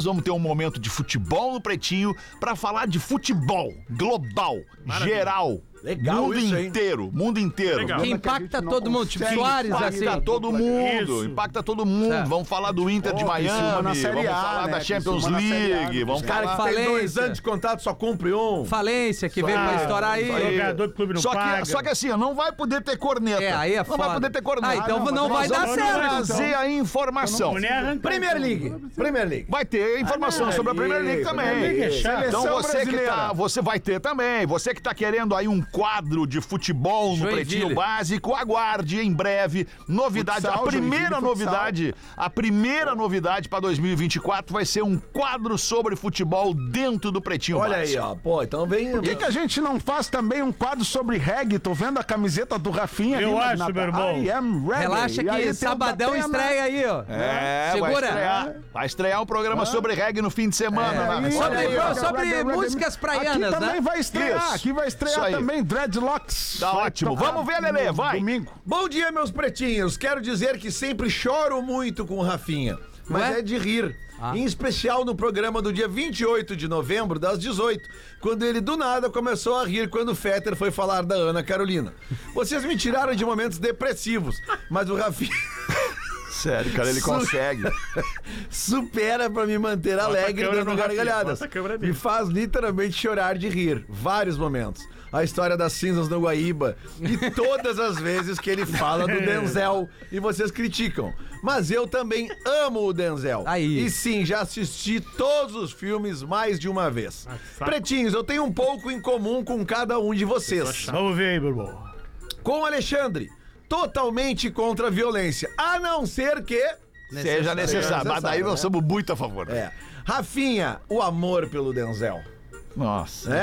[SPEAKER 4] nós vamos ter um momento de futebol no Pretinho para falar de futebol global, geral.
[SPEAKER 9] Legal
[SPEAKER 4] mundo
[SPEAKER 9] isso, hein?
[SPEAKER 4] inteiro, mundo inteiro.
[SPEAKER 6] Legal.
[SPEAKER 5] Que
[SPEAKER 8] que a
[SPEAKER 5] impacta
[SPEAKER 8] gente não
[SPEAKER 5] todo mundo. Tipo,
[SPEAKER 8] consegue
[SPEAKER 5] Soares, assim.
[SPEAKER 4] Impacta todo mundo,
[SPEAKER 7] Isso.
[SPEAKER 4] impacta todo mundo.
[SPEAKER 5] É.
[SPEAKER 4] Vamos falar do Inter de
[SPEAKER 8] Pô,
[SPEAKER 4] Miami,
[SPEAKER 8] Criciúma na
[SPEAKER 4] vamos
[SPEAKER 8] Série A,
[SPEAKER 4] falar
[SPEAKER 8] né?
[SPEAKER 4] da Champions
[SPEAKER 8] Criciúma na Série A,
[SPEAKER 4] League,
[SPEAKER 8] né?
[SPEAKER 4] vamos
[SPEAKER 9] Cara,
[SPEAKER 4] falar
[SPEAKER 9] que tem dois
[SPEAKER 5] Falência.
[SPEAKER 9] anos de contrato, só cumpre um.
[SPEAKER 5] Falência que veio pra estourar aí.
[SPEAKER 4] Aí-
[SPEAKER 7] Jogador do clube não
[SPEAKER 4] só
[SPEAKER 7] paga.
[SPEAKER 4] Que, só que assim, ó, não vai poder ter corneta.
[SPEAKER 5] É, aí é
[SPEAKER 4] não
[SPEAKER 5] foda.
[SPEAKER 4] vai poder ter corneta.
[SPEAKER 5] Ah, então
[SPEAKER 8] Ah, não,
[SPEAKER 5] não,
[SPEAKER 8] mas
[SPEAKER 5] vai
[SPEAKER 8] nós
[SPEAKER 5] dar
[SPEAKER 8] vamos
[SPEAKER 5] certo.
[SPEAKER 4] Trazer a informação.
[SPEAKER 7] Não é arrancar.
[SPEAKER 9] Premier League. Premier League.
[SPEAKER 4] Vai ter informação
[SPEAKER 9] Ah,
[SPEAKER 4] sobre a Premier League
[SPEAKER 9] ali, Premier
[SPEAKER 4] também.
[SPEAKER 9] League.
[SPEAKER 7] Deixar.
[SPEAKER 4] Então
[SPEAKER 8] Seleção
[SPEAKER 4] você que
[SPEAKER 8] brasileira.
[SPEAKER 4] tá, você vai ter também. Você que tá querendo aí um quadro de futebol no
[SPEAKER 5] Joinville.
[SPEAKER 4] Pretinho Básico, aguarde em breve. Novidade,
[SPEAKER 8] Futsal,
[SPEAKER 4] a primeira
[SPEAKER 8] Joinville,
[SPEAKER 4] novidade, a primeira novidade para 2024 vai ser um quadro sobre futebol dentro do Pretinho
[SPEAKER 9] Olha
[SPEAKER 4] Básico.
[SPEAKER 9] aí, ó. Pô, então vem.
[SPEAKER 8] Por que, que a gente não faz também um quadro sobre reggae? Tô vendo a camiseta do Rafinha. ali
[SPEAKER 7] Eu
[SPEAKER 8] na-
[SPEAKER 7] acho,
[SPEAKER 8] na-
[SPEAKER 7] meu irmão.
[SPEAKER 8] I am reggae.
[SPEAKER 5] Relaxa
[SPEAKER 8] E aí tem um né?
[SPEAKER 5] que
[SPEAKER 8] o
[SPEAKER 5] sabadão
[SPEAKER 8] Datena.
[SPEAKER 5] estreia aí, ó.
[SPEAKER 4] É, Vai
[SPEAKER 5] Segura.
[SPEAKER 4] estrear, vai estrear um programa sobre reggae no fim de semana. né?
[SPEAKER 8] Olha
[SPEAKER 5] Sobre-
[SPEAKER 8] É, aí, ó.
[SPEAKER 5] sobre
[SPEAKER 8] Reggae, reggae.
[SPEAKER 5] músicas praianas,
[SPEAKER 8] Aqui também
[SPEAKER 5] né?
[SPEAKER 8] vai estrear.
[SPEAKER 4] Isso.
[SPEAKER 8] Aqui vai
[SPEAKER 4] Isso
[SPEAKER 8] estrear
[SPEAKER 4] aí.
[SPEAKER 8] também Dreadlocks.
[SPEAKER 4] Tá
[SPEAKER 8] Vai
[SPEAKER 4] ótimo.
[SPEAKER 8] tocar
[SPEAKER 4] Vamos ver, Lelê,
[SPEAKER 8] no
[SPEAKER 4] vai.
[SPEAKER 8] Domingo.
[SPEAKER 9] Bom dia, meus pretinhos. Quero dizer que sempre choro muito com o Rafinha, mas
[SPEAKER 5] Ué?
[SPEAKER 9] é? de rir. Em especial no programa do dia 28 de novembro, das 18, quando ele do nada começou a rir quando o Fetter foi falar da Ana Carolina. Vocês me tiraram de momentos depressivos, mas o Rafinha
[SPEAKER 4] Sério, cara, ele consegue.
[SPEAKER 9] supera pra me manter alegre
[SPEAKER 7] câmera
[SPEAKER 9] dando
[SPEAKER 7] no Rafinha,
[SPEAKER 9] gargalhadas.
[SPEAKER 7] bota a câmera
[SPEAKER 9] Me
[SPEAKER 7] nele.
[SPEAKER 9] faz literalmente chorar de rir. Vários momentos. A história das cinzas no Guaíba e todas as vezes que ele fala do Denzel e vocês criticam. Mas eu também amo o Denzel.
[SPEAKER 5] Aí.
[SPEAKER 9] E sim, já assisti todos os filmes mais de uma vez.
[SPEAKER 7] Ah,
[SPEAKER 9] Pretinhos, eu tenho um pouco em comum com cada um de vocês.
[SPEAKER 7] Vamos ver aí, meu irmão.
[SPEAKER 9] Com o Alexandre, totalmente contra a violência, a não ser que
[SPEAKER 8] é
[SPEAKER 9] Ah,
[SPEAKER 4] Seja é necessário. Mas daí
[SPEAKER 8] né?
[SPEAKER 4] nós somos muito a favor.
[SPEAKER 9] É. Rafinha, o amor pelo Denzel.
[SPEAKER 4] Nossa.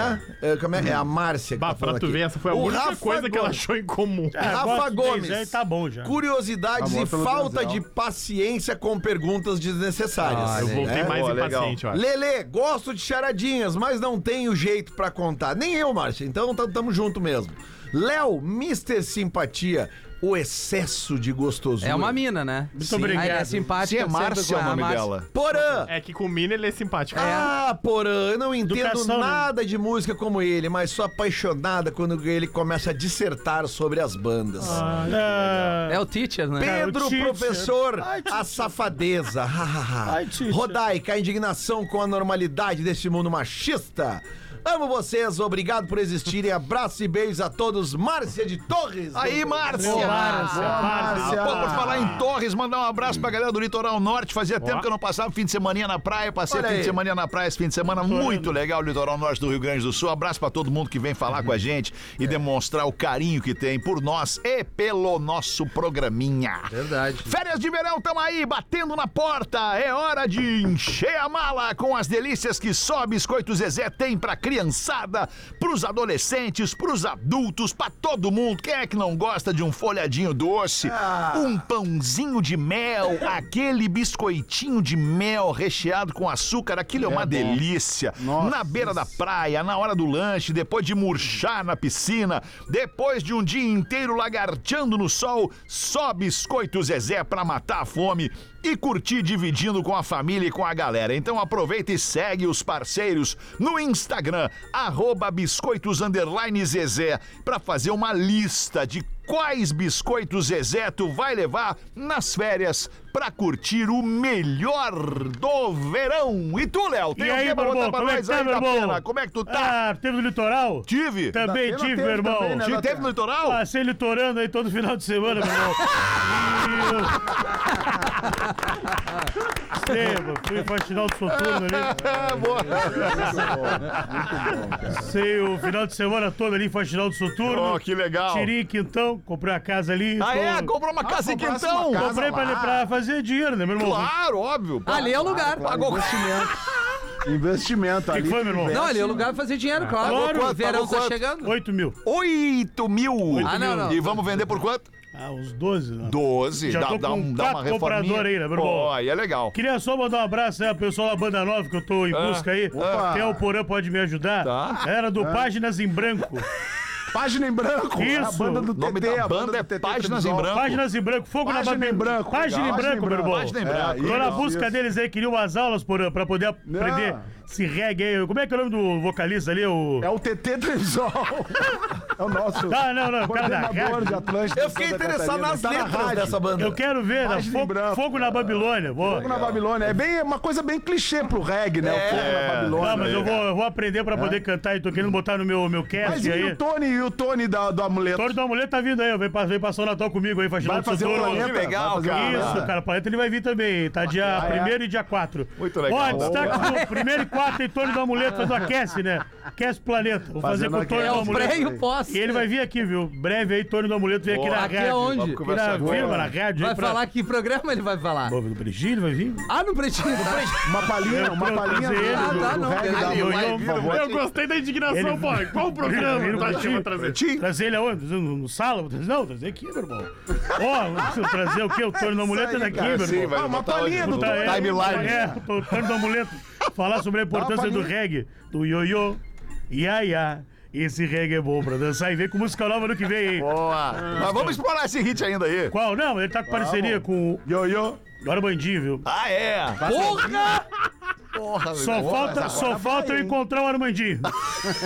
[SPEAKER 9] É? É, como é? É a Márcia que
[SPEAKER 6] Hum. Bah,
[SPEAKER 9] tá falando
[SPEAKER 6] pra tu
[SPEAKER 9] aqui.
[SPEAKER 6] ver, essa foi a
[SPEAKER 9] O
[SPEAKER 6] única
[SPEAKER 9] Rafa
[SPEAKER 6] coisa que ela
[SPEAKER 9] Gomes.
[SPEAKER 6] achou em comum.
[SPEAKER 7] Ah,
[SPEAKER 9] Rafa
[SPEAKER 7] gosto de
[SPEAKER 9] Gomes.
[SPEAKER 7] Denzel, Tá bom já.
[SPEAKER 9] Curiosidades
[SPEAKER 8] Amor
[SPEAKER 9] e
[SPEAKER 8] pelo
[SPEAKER 9] falta
[SPEAKER 8] Denzel.
[SPEAKER 9] de paciência com perguntas desnecessárias.
[SPEAKER 5] Ah,
[SPEAKER 6] Eu
[SPEAKER 5] é,
[SPEAKER 6] voltei mais
[SPEAKER 4] Boa, legal.
[SPEAKER 6] impaciente, eu acho.
[SPEAKER 9] Lele, gosto de charadinhas, mas não tenho jeito pra contar. Nem eu, Márcia. Então tam- tamo junto mesmo. Léo, Mr. Simpatia, o excesso de gostosura.
[SPEAKER 5] É uma mina, né? Muito
[SPEAKER 7] obrigado.
[SPEAKER 5] é
[SPEAKER 4] Se
[SPEAKER 5] simpática.
[SPEAKER 4] é
[SPEAKER 5] sempre
[SPEAKER 4] Márcia
[SPEAKER 5] com
[SPEAKER 4] é o
[SPEAKER 5] a
[SPEAKER 4] nome
[SPEAKER 5] Márcia.
[SPEAKER 4] dela.
[SPEAKER 9] Porã!
[SPEAKER 6] É que com o Mina ele é simpático.
[SPEAKER 9] Ah, porã, eu não entendo
[SPEAKER 7] Educação, né?
[SPEAKER 9] nada de música como ele, mas sou apaixonada quando ele começa a dissertar sobre as bandas.
[SPEAKER 7] Ah,
[SPEAKER 5] É o teacher, né?
[SPEAKER 7] Cara, o
[SPEAKER 9] Pedro,
[SPEAKER 7] teacher.
[SPEAKER 9] professor,
[SPEAKER 7] Ai, teacher.
[SPEAKER 9] a safadeza. Ha, ha, ha.
[SPEAKER 7] Ai, teacher.
[SPEAKER 9] Rodaica, a indignação com a normalidade deste mundo machista. Amo vocês, obrigado por existirem. Abraço e beijos a todos. Márcia de Torres.
[SPEAKER 4] Aí, Márcia!
[SPEAKER 7] Márcia, Márcia.
[SPEAKER 4] Pô, por falar em Torres, mandar um abraço pra galera do Litoral Norte. Fazia tempo que eu não passava fim de semana na praia. Passei
[SPEAKER 9] Olha
[SPEAKER 4] fim
[SPEAKER 9] aí.
[SPEAKER 4] de semana na praia esse fim de semana. Muito legal o Litoral Norte do Rio Grande do Sul. Abraço pra todo mundo que vem falar com a gente e demonstrar o carinho que tem por nós e pelo nosso programinha.
[SPEAKER 5] Verdade.
[SPEAKER 4] Férias de verão estão aí, batendo na porta. É hora de encher a mala com as delícias que só Biscoito Zezé tem pra criançada, pros adolescentes, pros adultos, pra todo mundo. Quem é que não gosta de um folhadinho doce, um pãozinho de mel, aquele biscoitinho de mel recheado com açúcar? Aquilo é uma delícia. Na beira da praia, na hora do lanche, depois de murchar na piscina, depois de um dia inteiro lagarteando no sol, só Biscoito Zezé pra matar a fome e curtir dividindo com a família e com a galera. Então aproveita e segue os parceiros no Instagram, arroba biscoitos underline Zezé, pra fazer uma lista de quais biscoitos Zezé tu vai levar nas férias pra curtir o melhor do verão. E tu, Léo, tem
[SPEAKER 7] E
[SPEAKER 4] alguém
[SPEAKER 7] aí,
[SPEAKER 4] pra
[SPEAKER 7] meu
[SPEAKER 4] botar
[SPEAKER 7] irmão,
[SPEAKER 4] pra
[SPEAKER 7] como é
[SPEAKER 4] nós
[SPEAKER 7] que tá,
[SPEAKER 4] aí,
[SPEAKER 7] meu
[SPEAKER 4] Datena?
[SPEAKER 7] irmão?
[SPEAKER 4] Como é que tu tá?
[SPEAKER 7] Ah, teve no litoral?
[SPEAKER 4] Tive?
[SPEAKER 7] Também
[SPEAKER 8] Datena
[SPEAKER 7] tive,
[SPEAKER 8] teve
[SPEAKER 7] meu irmão. Ah,
[SPEAKER 8] também, né,
[SPEAKER 4] Tive, teve no litoral?
[SPEAKER 7] Passei litorando aí todo final de semana, meu irmão. Seba, fui pra final do Soturno ali. Sei o final de semana todo ali, foi final do Soturno.
[SPEAKER 4] Oh, que legal.
[SPEAKER 7] Tirei quintão, comprei uma casa ali.
[SPEAKER 4] Ah,
[SPEAKER 7] tô-
[SPEAKER 4] é? Comprou uma casa em
[SPEAKER 8] comprasse
[SPEAKER 4] quintão.
[SPEAKER 8] uma casa.
[SPEAKER 7] Comprei pra,
[SPEAKER 8] lá.
[SPEAKER 7] pra fazer dinheiro, né, meu irmão?
[SPEAKER 4] Claro, óbvio. pô.
[SPEAKER 5] Ali é o lugar.
[SPEAKER 8] Claro, investimento. investimento
[SPEAKER 7] O que
[SPEAKER 8] ali.
[SPEAKER 7] que foi, meu irmão?
[SPEAKER 5] Não, ali é o lugar pra fazer dinheiro, claro.
[SPEAKER 7] Claro.
[SPEAKER 5] o verão
[SPEAKER 4] Pagou
[SPEAKER 5] tá
[SPEAKER 4] quanto?
[SPEAKER 5] chegando.
[SPEAKER 7] 8 mil.
[SPEAKER 4] 8 mil.
[SPEAKER 5] Ah, não, não.
[SPEAKER 4] E vamos vender por quanto?
[SPEAKER 7] Ah, uns 12, né?
[SPEAKER 4] 12.
[SPEAKER 7] Já
[SPEAKER 4] dá,
[SPEAKER 7] tô
[SPEAKER 4] dá
[SPEAKER 7] com
[SPEAKER 4] um, dá uma
[SPEAKER 7] quatro
[SPEAKER 4] reforminha.
[SPEAKER 7] compradores aí, né, meu
[SPEAKER 4] Pô,
[SPEAKER 7] irmão?
[SPEAKER 4] aí é legal.
[SPEAKER 7] Queria só mandar um abraço aí, ao pessoal da Banda Nova, que eu tô em busca aí. Até o Porã pode me ajudar.
[SPEAKER 4] Tá.
[SPEAKER 7] Era
[SPEAKER 8] Ah.
[SPEAKER 7] do Páginas em Branco.
[SPEAKER 8] Página em branco. A
[SPEAKER 7] Isso.
[SPEAKER 8] banda do
[SPEAKER 4] O nome
[SPEAKER 8] TT,
[SPEAKER 4] da
[SPEAKER 8] a banda
[SPEAKER 4] banda é
[SPEAKER 8] do TT
[SPEAKER 4] Páginas em
[SPEAKER 8] Trevisol.
[SPEAKER 4] Branco.
[SPEAKER 7] Páginas em Branco, fogo na
[SPEAKER 8] Página em
[SPEAKER 7] babinha.
[SPEAKER 8] branco.
[SPEAKER 7] Página em
[SPEAKER 8] legal.
[SPEAKER 7] Branco, meu irmão.
[SPEAKER 4] Página em branco.
[SPEAKER 8] É,
[SPEAKER 7] Tô na
[SPEAKER 8] isso,
[SPEAKER 7] busca
[SPEAKER 8] isso.
[SPEAKER 7] deles aí, queria umas aulas por, pra poder aprender esse reggae aí. Como é que é o nome do vocalista ali? O...
[SPEAKER 8] É o TT Trevisol. É o nosso.
[SPEAKER 4] Tá,
[SPEAKER 7] Ah, não, não, o cara da
[SPEAKER 8] coordenador de
[SPEAKER 7] rádio.
[SPEAKER 8] Atlântida.
[SPEAKER 9] Eu fiquei
[SPEAKER 8] Santa
[SPEAKER 9] interessado
[SPEAKER 8] Catarina.
[SPEAKER 9] nas
[SPEAKER 8] Tá na
[SPEAKER 9] letras
[SPEAKER 8] rádio.
[SPEAKER 9] dessa banda.
[SPEAKER 7] Eu quero ver, né?
[SPEAKER 8] Página em
[SPEAKER 7] Fogo,
[SPEAKER 8] Branco.
[SPEAKER 7] Fogo na Babilônia. Boa.
[SPEAKER 8] Fogo na Babilônia. É bem uma coisa bem clichê pro reggae, né? O fogo na Babilônia.
[SPEAKER 4] Tá,
[SPEAKER 7] Ah, mas eu vou, eu vou aprender pra poder cantar e tô querendo botar no meu, meu
[SPEAKER 8] É.
[SPEAKER 4] tá,
[SPEAKER 8] Mas
[SPEAKER 7] cast
[SPEAKER 8] e
[SPEAKER 7] aí.
[SPEAKER 8] o Tony e o Tony da, do amuleto?
[SPEAKER 7] Toro do Amuleto tá vindo aí, vem, pa- vem passar o Natal comigo aí, faz
[SPEAKER 8] Vai fazer um o planeta?
[SPEAKER 4] legal,
[SPEAKER 8] vai fazer o
[SPEAKER 4] cara.
[SPEAKER 8] planeta.
[SPEAKER 7] Isso, cara, o planeta ele vai vir também. Tá dia 1 e dia 4.
[SPEAKER 4] Muito legal.
[SPEAKER 7] Ó, destaque do primeiro e 4 em torno do amuleto, faz o aquece, né? Aquece o planeta. Vou fazer
[SPEAKER 8] Fazendo
[SPEAKER 7] com o torno
[SPEAKER 8] aquece.
[SPEAKER 5] É
[SPEAKER 7] do
[SPEAKER 5] o
[SPEAKER 7] amuleto.
[SPEAKER 5] pré e o pós.
[SPEAKER 7] E ele vai vir aqui, viu? Breve aí, torno do amuleto, vem aqui na
[SPEAKER 5] Aqui é
[SPEAKER 7] rádio.
[SPEAKER 5] onde?
[SPEAKER 7] Aqui na firma, na rádio.
[SPEAKER 5] Vai
[SPEAKER 7] aí pra-
[SPEAKER 5] falar que programa ele vai falar?
[SPEAKER 7] Ô, do Brigílio vai vir?
[SPEAKER 5] Ah, no Pretinho.
[SPEAKER 8] Uma palhinha, uma
[SPEAKER 7] Eu
[SPEAKER 8] palhinha
[SPEAKER 7] trazer ele,
[SPEAKER 8] do, do,
[SPEAKER 5] Ah, tá,
[SPEAKER 8] do
[SPEAKER 5] não,
[SPEAKER 8] reggae
[SPEAKER 5] cara.
[SPEAKER 8] da
[SPEAKER 5] Ele
[SPEAKER 8] manhã,
[SPEAKER 7] vai
[SPEAKER 8] por
[SPEAKER 7] vir,
[SPEAKER 8] favor.
[SPEAKER 6] Eu gostei da indignação,
[SPEAKER 7] Ele-
[SPEAKER 6] pô. Qual o programa?
[SPEAKER 7] Ele-
[SPEAKER 6] Tá, deixa eu trazer.
[SPEAKER 4] Tim,
[SPEAKER 7] Trazer ele aonde? Trazer No, no sala? Vou trazer- Não, vou trazer aqui, meu irmão. Ó, trazer o quê? O torno do amuleto é daqui, meu irmão.
[SPEAKER 4] sim, vai
[SPEAKER 8] Ah, uma
[SPEAKER 4] botar
[SPEAKER 8] palhinha
[SPEAKER 4] onde?
[SPEAKER 8] do
[SPEAKER 4] Botar
[SPEAKER 8] Tony.
[SPEAKER 7] Tá, é,
[SPEAKER 4] Timeline.
[SPEAKER 7] É, o torno do amuleto. Falar sobre a importância do reggae, do ioiô, iaiá. Esse reggae é bom pra dançar e ver com música nova no que vem, hein?
[SPEAKER 4] Boa. Mas vamos explorar esse hit ainda aí.
[SPEAKER 7] Qual? Não, ele tá com parceria com o
[SPEAKER 8] Yo-yo.
[SPEAKER 7] Dora Bandinho, viu?
[SPEAKER 5] Tá
[SPEAKER 4] Ah, é.
[SPEAKER 5] Porra!
[SPEAKER 4] Porra,
[SPEAKER 7] Só
[SPEAKER 4] meu.
[SPEAKER 7] falta, só falta eu encontrar o Armandinho.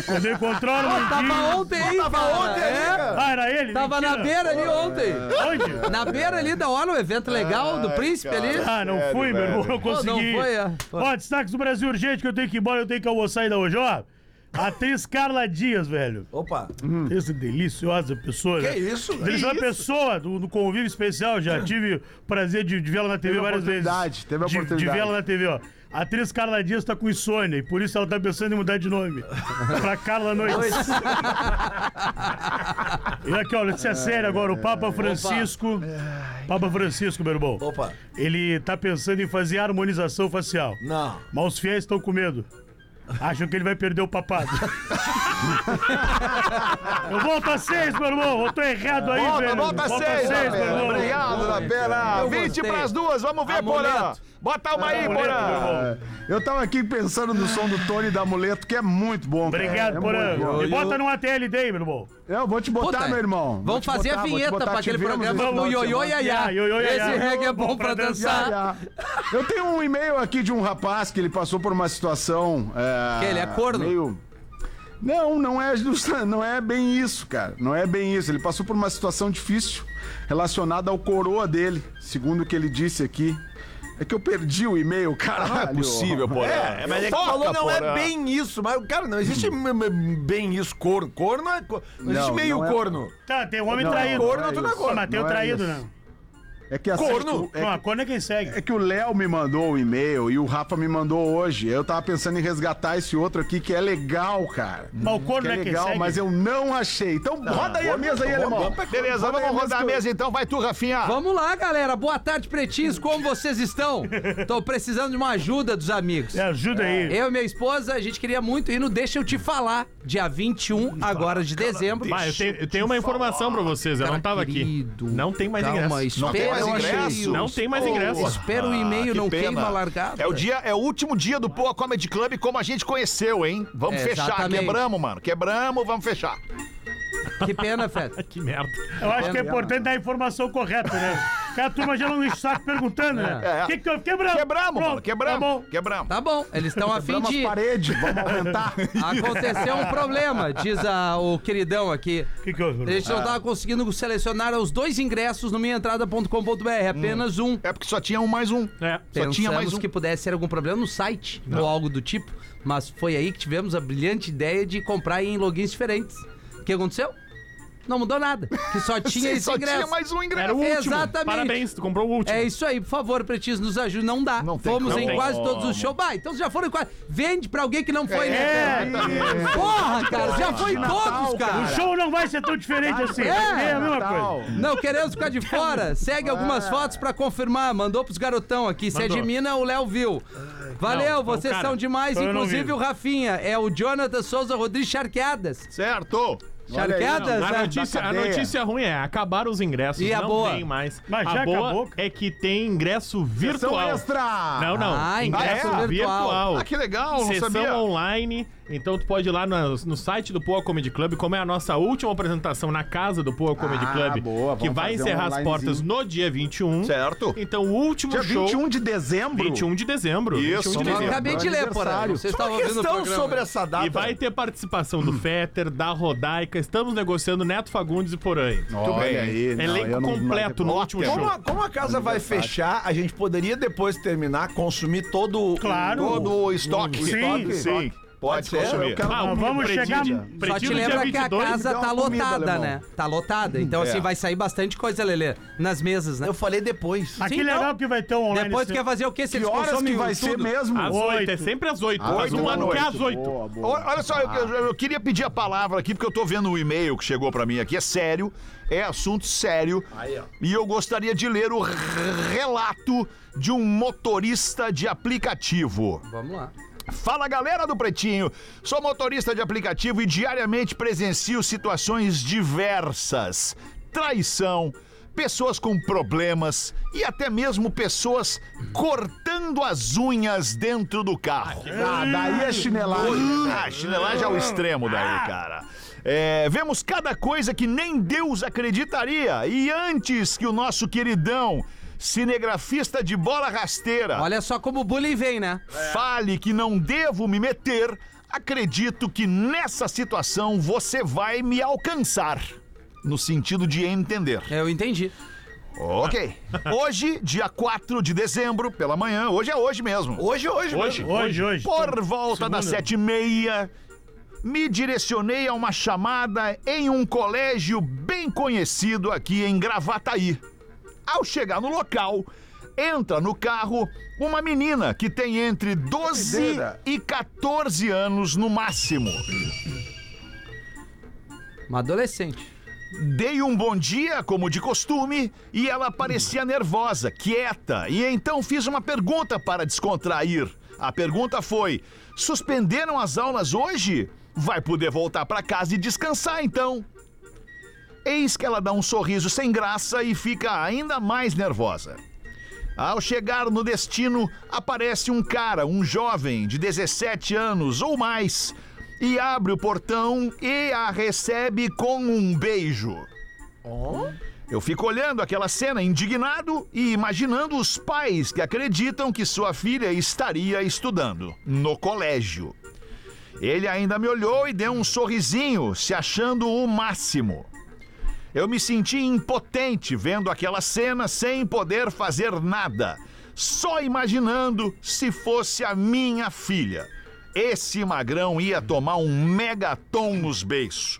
[SPEAKER 7] Quando eu encontrar o
[SPEAKER 5] Tava
[SPEAKER 7] Armandinho.
[SPEAKER 5] ontem aí, cara. É,
[SPEAKER 7] Ah, era ele?
[SPEAKER 5] Tava na
[SPEAKER 7] Mentira.
[SPEAKER 5] beira ali ontem.
[SPEAKER 7] Onde?
[SPEAKER 5] Na beira ali da hora, o evento legal do príncipe ali.
[SPEAKER 7] Ah, não fui, meu irmão. Eu
[SPEAKER 5] Pô, não
[SPEAKER 7] consegui.
[SPEAKER 5] foi, é.
[SPEAKER 7] Ó, destaques do Brasil urgente que eu tenho que ir embora, eu tenho que almoçar ainda hoje, ó. Atriz Carla Dias, velho.
[SPEAKER 9] Opa,
[SPEAKER 7] Essa deliciosa pessoa,
[SPEAKER 9] que
[SPEAKER 7] né?
[SPEAKER 9] isso? Ah. velho?
[SPEAKER 7] Deliciosa pessoa do, do convívio especial, já tive o prazer de, de vê-la na TV
[SPEAKER 8] Teve a
[SPEAKER 7] várias vezes.
[SPEAKER 8] oportunidade, teve a
[SPEAKER 7] De- De,
[SPEAKER 8] oportunidade.
[SPEAKER 7] vê-la na TV, ó. A atriz Carla Dias tá com insônia e por isso ela tá pensando em mudar de nome. pra Carla Noites. e aqui, ó, notícia séria agora, o Papa Francisco. Papa Francisco, meu irmão.
[SPEAKER 9] Opa,
[SPEAKER 7] Ele tá pensando em fazer harmonização facial.
[SPEAKER 9] não.
[SPEAKER 7] Mas os fiéis estão com medo. Acham que ele vai perder o papado. Eu volto a seis, meu irmão. Eu tô errado aí,
[SPEAKER 4] Volta,
[SPEAKER 7] velho.
[SPEAKER 4] volta
[SPEAKER 7] Volto
[SPEAKER 4] seis,
[SPEAKER 7] meu
[SPEAKER 4] Dabela.
[SPEAKER 7] irmão.
[SPEAKER 4] Obrigado, Dabela.
[SPEAKER 5] Eu
[SPEAKER 4] 20
[SPEAKER 5] gostei.
[SPEAKER 4] pras duas, vamos ver, Porã.
[SPEAKER 5] Amuleto.
[SPEAKER 4] Bota uma
[SPEAKER 8] É,
[SPEAKER 4] aí,
[SPEAKER 7] Amuleto, meu
[SPEAKER 4] Porã.
[SPEAKER 7] irmão.
[SPEAKER 8] Eu tava aqui pensando no som do Tony da Amuleto, que é muito bom. cara.
[SPEAKER 7] Obrigado,
[SPEAKER 8] é
[SPEAKER 7] Porã.
[SPEAKER 8] muito bom.
[SPEAKER 7] Me bota numa TLD aí, meu irmão.
[SPEAKER 8] Eu vou te botar,
[SPEAKER 5] Puta,
[SPEAKER 8] tá, meu irmão. Vou
[SPEAKER 5] Vamos
[SPEAKER 8] te
[SPEAKER 5] fazer
[SPEAKER 8] botar,
[SPEAKER 5] a
[SPEAKER 8] vou te
[SPEAKER 5] vinheta
[SPEAKER 8] botar,
[SPEAKER 5] pra
[SPEAKER 8] te
[SPEAKER 5] aquele
[SPEAKER 8] vemos no
[SPEAKER 5] programa
[SPEAKER 8] final
[SPEAKER 5] do
[SPEAKER 8] de
[SPEAKER 5] Ioiô
[SPEAKER 8] semana.
[SPEAKER 5] Yaya.
[SPEAKER 7] Ah, Ioiô
[SPEAKER 5] Esse
[SPEAKER 7] Yaya.
[SPEAKER 5] reggae é bom pra dançar.
[SPEAKER 8] Já, já. Eu tenho um e-mail aqui de um rapaz que ele passou por uma situação. É,
[SPEAKER 5] Que ele é corno?
[SPEAKER 8] meio- Não, não é, justa- não é bem isso, cara. Não é bem isso. Ele passou por uma situação difícil relacionada ao coroa dele, segundo o que ele disse aqui. É que eu perdi o e-mail, cara.
[SPEAKER 4] Não é possível, Porã.
[SPEAKER 9] É, mas é que tu
[SPEAKER 4] Foca,
[SPEAKER 9] falou não
[SPEAKER 4] Porã.
[SPEAKER 9] é bem isso, mas, cara, não existe m- m- bem isso, corno. Corno é. co- Não existe
[SPEAKER 8] Não,
[SPEAKER 9] meio
[SPEAKER 8] não é-
[SPEAKER 9] corno.
[SPEAKER 7] Tá, tem um homem
[SPEAKER 8] Não,
[SPEAKER 7] traído.
[SPEAKER 9] corno, tu não é
[SPEAKER 7] Pô,
[SPEAKER 9] corno.
[SPEAKER 7] Mas tem o
[SPEAKER 8] Não é
[SPEAKER 7] traído,
[SPEAKER 8] isso.
[SPEAKER 7] não.
[SPEAKER 8] É que assim,
[SPEAKER 9] Corno?
[SPEAKER 8] é
[SPEAKER 7] não,
[SPEAKER 8] que-
[SPEAKER 7] a corno é quem segue.
[SPEAKER 8] É que o Léo me mandou um e-mail e o Rafa me mandou hoje. Eu tava pensando em resgatar esse outro aqui que é legal, cara.
[SPEAKER 7] Mas o corno
[SPEAKER 8] que
[SPEAKER 7] é
[SPEAKER 8] é
[SPEAKER 7] quem
[SPEAKER 8] legal,
[SPEAKER 7] segue.
[SPEAKER 8] mas eu não achei. Então roda aí a mesa aí, alemão.
[SPEAKER 4] Beleza,
[SPEAKER 8] Roda aí
[SPEAKER 4] vamos rodar a
[SPEAKER 8] que eu-
[SPEAKER 4] mesa então. Vai tu, Rafinha.
[SPEAKER 5] Vamos lá, galera. Boa tarde, pretinhos. Como vocês estão? Tô precisando de uma ajuda dos amigos.
[SPEAKER 7] Me ajuda aí.
[SPEAKER 5] Eu e minha esposa, a gente queria muito ir no Deixa Eu Te Falar, dia 21, agora de dezembro.
[SPEAKER 6] Bah, eu tenho, eu tenho uma informação pra vocês, eu
[SPEAKER 5] Cara
[SPEAKER 6] não tava
[SPEAKER 5] querido,
[SPEAKER 6] aqui. Não tem mais
[SPEAKER 5] Calma,
[SPEAKER 6] ingresso.
[SPEAKER 5] espera,
[SPEAKER 4] mais
[SPEAKER 5] eu achei
[SPEAKER 4] ingresso? Ah,
[SPEAKER 5] isso.
[SPEAKER 6] Não tem mais ingresso.
[SPEAKER 5] Espera o e-mail,
[SPEAKER 4] que
[SPEAKER 5] não
[SPEAKER 4] pena.
[SPEAKER 5] queima a largada.
[SPEAKER 4] É o dia, é o último dia do Poa Comedy Club como a gente conheceu, hein? Vamos
[SPEAKER 5] É,
[SPEAKER 4] fechar,
[SPEAKER 5] exatamente.
[SPEAKER 4] quebramos, mano. Quebramos, vamos fechar.
[SPEAKER 5] Que pena, Feta.
[SPEAKER 6] Que merda.
[SPEAKER 7] Eu acho que é importante dar a informação correta, né? Porque a turma já não está perguntando, né?
[SPEAKER 4] É.
[SPEAKER 7] O que que eu quebramos?
[SPEAKER 4] Quebramos,
[SPEAKER 7] Pronto,
[SPEAKER 4] mano.
[SPEAKER 7] Tá
[SPEAKER 4] Quebramos.
[SPEAKER 7] bom.
[SPEAKER 4] quebramos.
[SPEAKER 5] Tá bom, eles estão afim
[SPEAKER 8] Vamos
[SPEAKER 5] de.
[SPEAKER 8] às paredes, vamos aumentar.
[SPEAKER 5] Aconteceu um problema, diz a- o queridão aqui.
[SPEAKER 7] O que que houve, meu
[SPEAKER 5] A
[SPEAKER 7] irmão?
[SPEAKER 5] gente
[SPEAKER 6] Ah.
[SPEAKER 5] não tava conseguindo selecionar os dois ingressos no minhaentrada.com.br, apenas um.
[SPEAKER 4] É porque só tinha um mais um.
[SPEAKER 6] É.
[SPEAKER 4] Só
[SPEAKER 5] Pensamos
[SPEAKER 4] tinha mais um.
[SPEAKER 5] que pudesse ser algum problema no site ou algo do tipo, mas foi aí que tivemos a brilhante ideia de comprar em logins diferentes. O que aconteceu? Não mudou nada. Que só
[SPEAKER 4] Sim,
[SPEAKER 5] tinha esse
[SPEAKER 4] só
[SPEAKER 5] ingresso.
[SPEAKER 4] tinha mais um ingresso.
[SPEAKER 6] Era o último.
[SPEAKER 5] Exatamente.
[SPEAKER 6] Parabéns, tu comprou o último.
[SPEAKER 5] É isso aí, por favor, Pretis, nos ajude. Não dá.
[SPEAKER 4] Não tem
[SPEAKER 5] Fomos
[SPEAKER 4] como.
[SPEAKER 5] em
[SPEAKER 6] Não tem
[SPEAKER 5] quase todos os shows. Bah, então já foram em quase. Vende pra alguém que não foi, né?
[SPEAKER 4] Exatamente.
[SPEAKER 5] Porra, cara, já foi em todos,
[SPEAKER 7] O
[SPEAKER 5] cara.
[SPEAKER 7] show não vai ser tão diferente assim.
[SPEAKER 5] é,
[SPEAKER 7] É a mesma
[SPEAKER 4] Natal.
[SPEAKER 7] coisa.
[SPEAKER 5] Não, queremos ficar de fora. Segue
[SPEAKER 4] Ah.
[SPEAKER 5] algumas fotos pra confirmar. Mandou pros garotão aqui. Se é de
[SPEAKER 6] Mandou.
[SPEAKER 5] Mina, o Léo viu. Valeu,
[SPEAKER 6] não,
[SPEAKER 5] vocês
[SPEAKER 6] cara,
[SPEAKER 5] são demais,
[SPEAKER 7] eu não
[SPEAKER 5] inclusive
[SPEAKER 7] vi.
[SPEAKER 5] o Rafinha. É o Jonathan Souza Rodrigues Charqueadas.
[SPEAKER 4] Certo.
[SPEAKER 5] Charqueadas,
[SPEAKER 6] A
[SPEAKER 5] né?
[SPEAKER 6] notícia, a
[SPEAKER 4] cadeia.
[SPEAKER 6] notícia ruim é, acabaram os ingressos,
[SPEAKER 5] E a
[SPEAKER 6] não
[SPEAKER 5] boa?
[SPEAKER 6] tem mais.
[SPEAKER 7] Mas
[SPEAKER 6] a
[SPEAKER 7] já
[SPEAKER 6] boa
[SPEAKER 7] acabou, cara.
[SPEAKER 6] é que tem ingresso virtual.
[SPEAKER 4] Sessão extra.
[SPEAKER 6] Não, não.
[SPEAKER 5] Ah,
[SPEAKER 6] ingresso
[SPEAKER 4] ingresso
[SPEAKER 6] virtual.
[SPEAKER 5] virtual.
[SPEAKER 4] Ah, que legal, não
[SPEAKER 6] Sessão
[SPEAKER 4] sabia.
[SPEAKER 6] online, então tu pode ir lá no, no site do Poa Comedy Club, como é a nossa última apresentação na casa do Poa Comedy
[SPEAKER 4] Ah,
[SPEAKER 6] Club,
[SPEAKER 4] boa,
[SPEAKER 6] que
[SPEAKER 4] vamos
[SPEAKER 6] vai
[SPEAKER 4] fazer um
[SPEAKER 6] encerrar as
[SPEAKER 4] onlinezinho.
[SPEAKER 6] portas no dia 21.
[SPEAKER 4] Certo.
[SPEAKER 6] Então o último
[SPEAKER 4] Dia
[SPEAKER 6] show...
[SPEAKER 4] 21 de dezembro.
[SPEAKER 6] 21 de dezembro.
[SPEAKER 4] Isso,
[SPEAKER 6] 21 de
[SPEAKER 4] mano.
[SPEAKER 5] Eu
[SPEAKER 6] dezembro.
[SPEAKER 5] acabei de ler, porra. Vocês
[SPEAKER 9] Só
[SPEAKER 5] estavam
[SPEAKER 9] uma
[SPEAKER 5] ouvindo o
[SPEAKER 9] questão
[SPEAKER 5] programa.
[SPEAKER 9] sobre
[SPEAKER 5] né?
[SPEAKER 9] essa data.
[SPEAKER 6] E vai ter participação do Fetter, da Rodaica. Estamos negociando Neto Fagundes e Porães.
[SPEAKER 4] Olha aí. não,
[SPEAKER 6] Elenco
[SPEAKER 1] eu não- não
[SPEAKER 6] completo no último
[SPEAKER 9] Como a,
[SPEAKER 6] show.
[SPEAKER 9] como a casa vai fechar, a gente poderia depois terminar, consumir todo o-
[SPEAKER 7] Claro.
[SPEAKER 9] todo o estoque.
[SPEAKER 7] Sim,
[SPEAKER 9] estoque,
[SPEAKER 4] sim.
[SPEAKER 9] Pode ser.
[SPEAKER 4] consumir.
[SPEAKER 9] Eu quero
[SPEAKER 6] Ah,
[SPEAKER 7] Nós
[SPEAKER 6] o
[SPEAKER 7] vamos
[SPEAKER 6] Pretinho
[SPEAKER 7] chegar-
[SPEAKER 6] dia-
[SPEAKER 5] Só te
[SPEAKER 6] Pretinho dia
[SPEAKER 5] lembra que a
[SPEAKER 6] 22,
[SPEAKER 5] casa
[SPEAKER 4] dá uma
[SPEAKER 5] tá
[SPEAKER 4] comida, É.
[SPEAKER 5] lotada,
[SPEAKER 4] alemão.
[SPEAKER 5] né? Tá lotada. Então, assim, vai sair bastante coisa, Lelê, nas mesas, né?
[SPEAKER 9] Eu falei depois.
[SPEAKER 7] Aqui
[SPEAKER 5] Sim,
[SPEAKER 7] legal
[SPEAKER 5] então.
[SPEAKER 7] que vai ter um online.
[SPEAKER 5] Depois tu
[SPEAKER 7] esse-
[SPEAKER 5] quer fazer o quê?
[SPEAKER 4] né,
[SPEAKER 5] Se
[SPEAKER 4] Que
[SPEAKER 5] eles
[SPEAKER 4] horas que
[SPEAKER 5] consomem
[SPEAKER 4] vai
[SPEAKER 5] tudo?
[SPEAKER 4] ser mesmo?
[SPEAKER 6] Às
[SPEAKER 7] Oito.
[SPEAKER 6] oito, é sempre às oito. Faz
[SPEAKER 4] oito,
[SPEAKER 6] um ano que é às oito.
[SPEAKER 1] Boa, boa.
[SPEAKER 4] Olha olha só, eu, eu- eu queria pedir a palavra aqui, porque eu tô vendo um e-mail que chegou pra mim aqui, é sério, é assunto sério. E eu gostaria de ler o r- relato de um motorista de aplicativo.
[SPEAKER 5] Vamos lá.
[SPEAKER 4] Fala galera do Pretinho, sou motorista de aplicativo e diariamente presencio situações diversas: traição, pessoas com problemas e até mesmo pessoas cortando as unhas dentro do carro.
[SPEAKER 8] Ah, daí é chinelagem.
[SPEAKER 4] Ah, chinelagem ao extremo daí, cara. É, vemos cada coisa que nem Deus acreditaria. E antes que o nosso queridão cinegrafista de bola rasteira
[SPEAKER 5] Olha só como o bullying vem, né?
[SPEAKER 4] fale que não devo me meter, acredito que nessa situação você vai me alcançar. No sentido de entender.
[SPEAKER 5] Eu entendi.
[SPEAKER 4] Ok. Hoje, dia 4 de dezembro, pela manhã, hoje é hoje mesmo.
[SPEAKER 9] Hoje, hoje, hoje.
[SPEAKER 7] Hoje, hoje. então,
[SPEAKER 4] Por volta das
[SPEAKER 7] Segunda.
[SPEAKER 4] sete e meia, me direcionei a uma chamada em um colégio bem conhecido aqui em Gravataí. Ao chegar no local, entra no carro uma menina que tem entre 12 e 14 anos no máximo.
[SPEAKER 5] Uma adolescente.
[SPEAKER 4] Dei um bom dia, como de costume, e ela parecia nervosa, quieta, e então fiz uma pergunta para descontrair. A pergunta foi: suspenderam as aulas hoje? Vai poder voltar para casa e descansar então. Eis que ela dá um sorriso sem graça e fica ainda mais nervosa. Ao chegar no destino, aparece um cara, um jovem de 17 anos ou mais, e abre o portão e a recebe com um beijo. Eu fico olhando aquela cena indignado e imaginando os pais que acreditam que sua filha estaria estudando no colégio. Ele ainda me olhou e deu um sorrisinho, se achando o máximo. Eu me senti impotente vendo aquela cena sem poder fazer nada, só imaginando se fosse a minha filha. Esse magrão ia tomar um megatom nos beiços.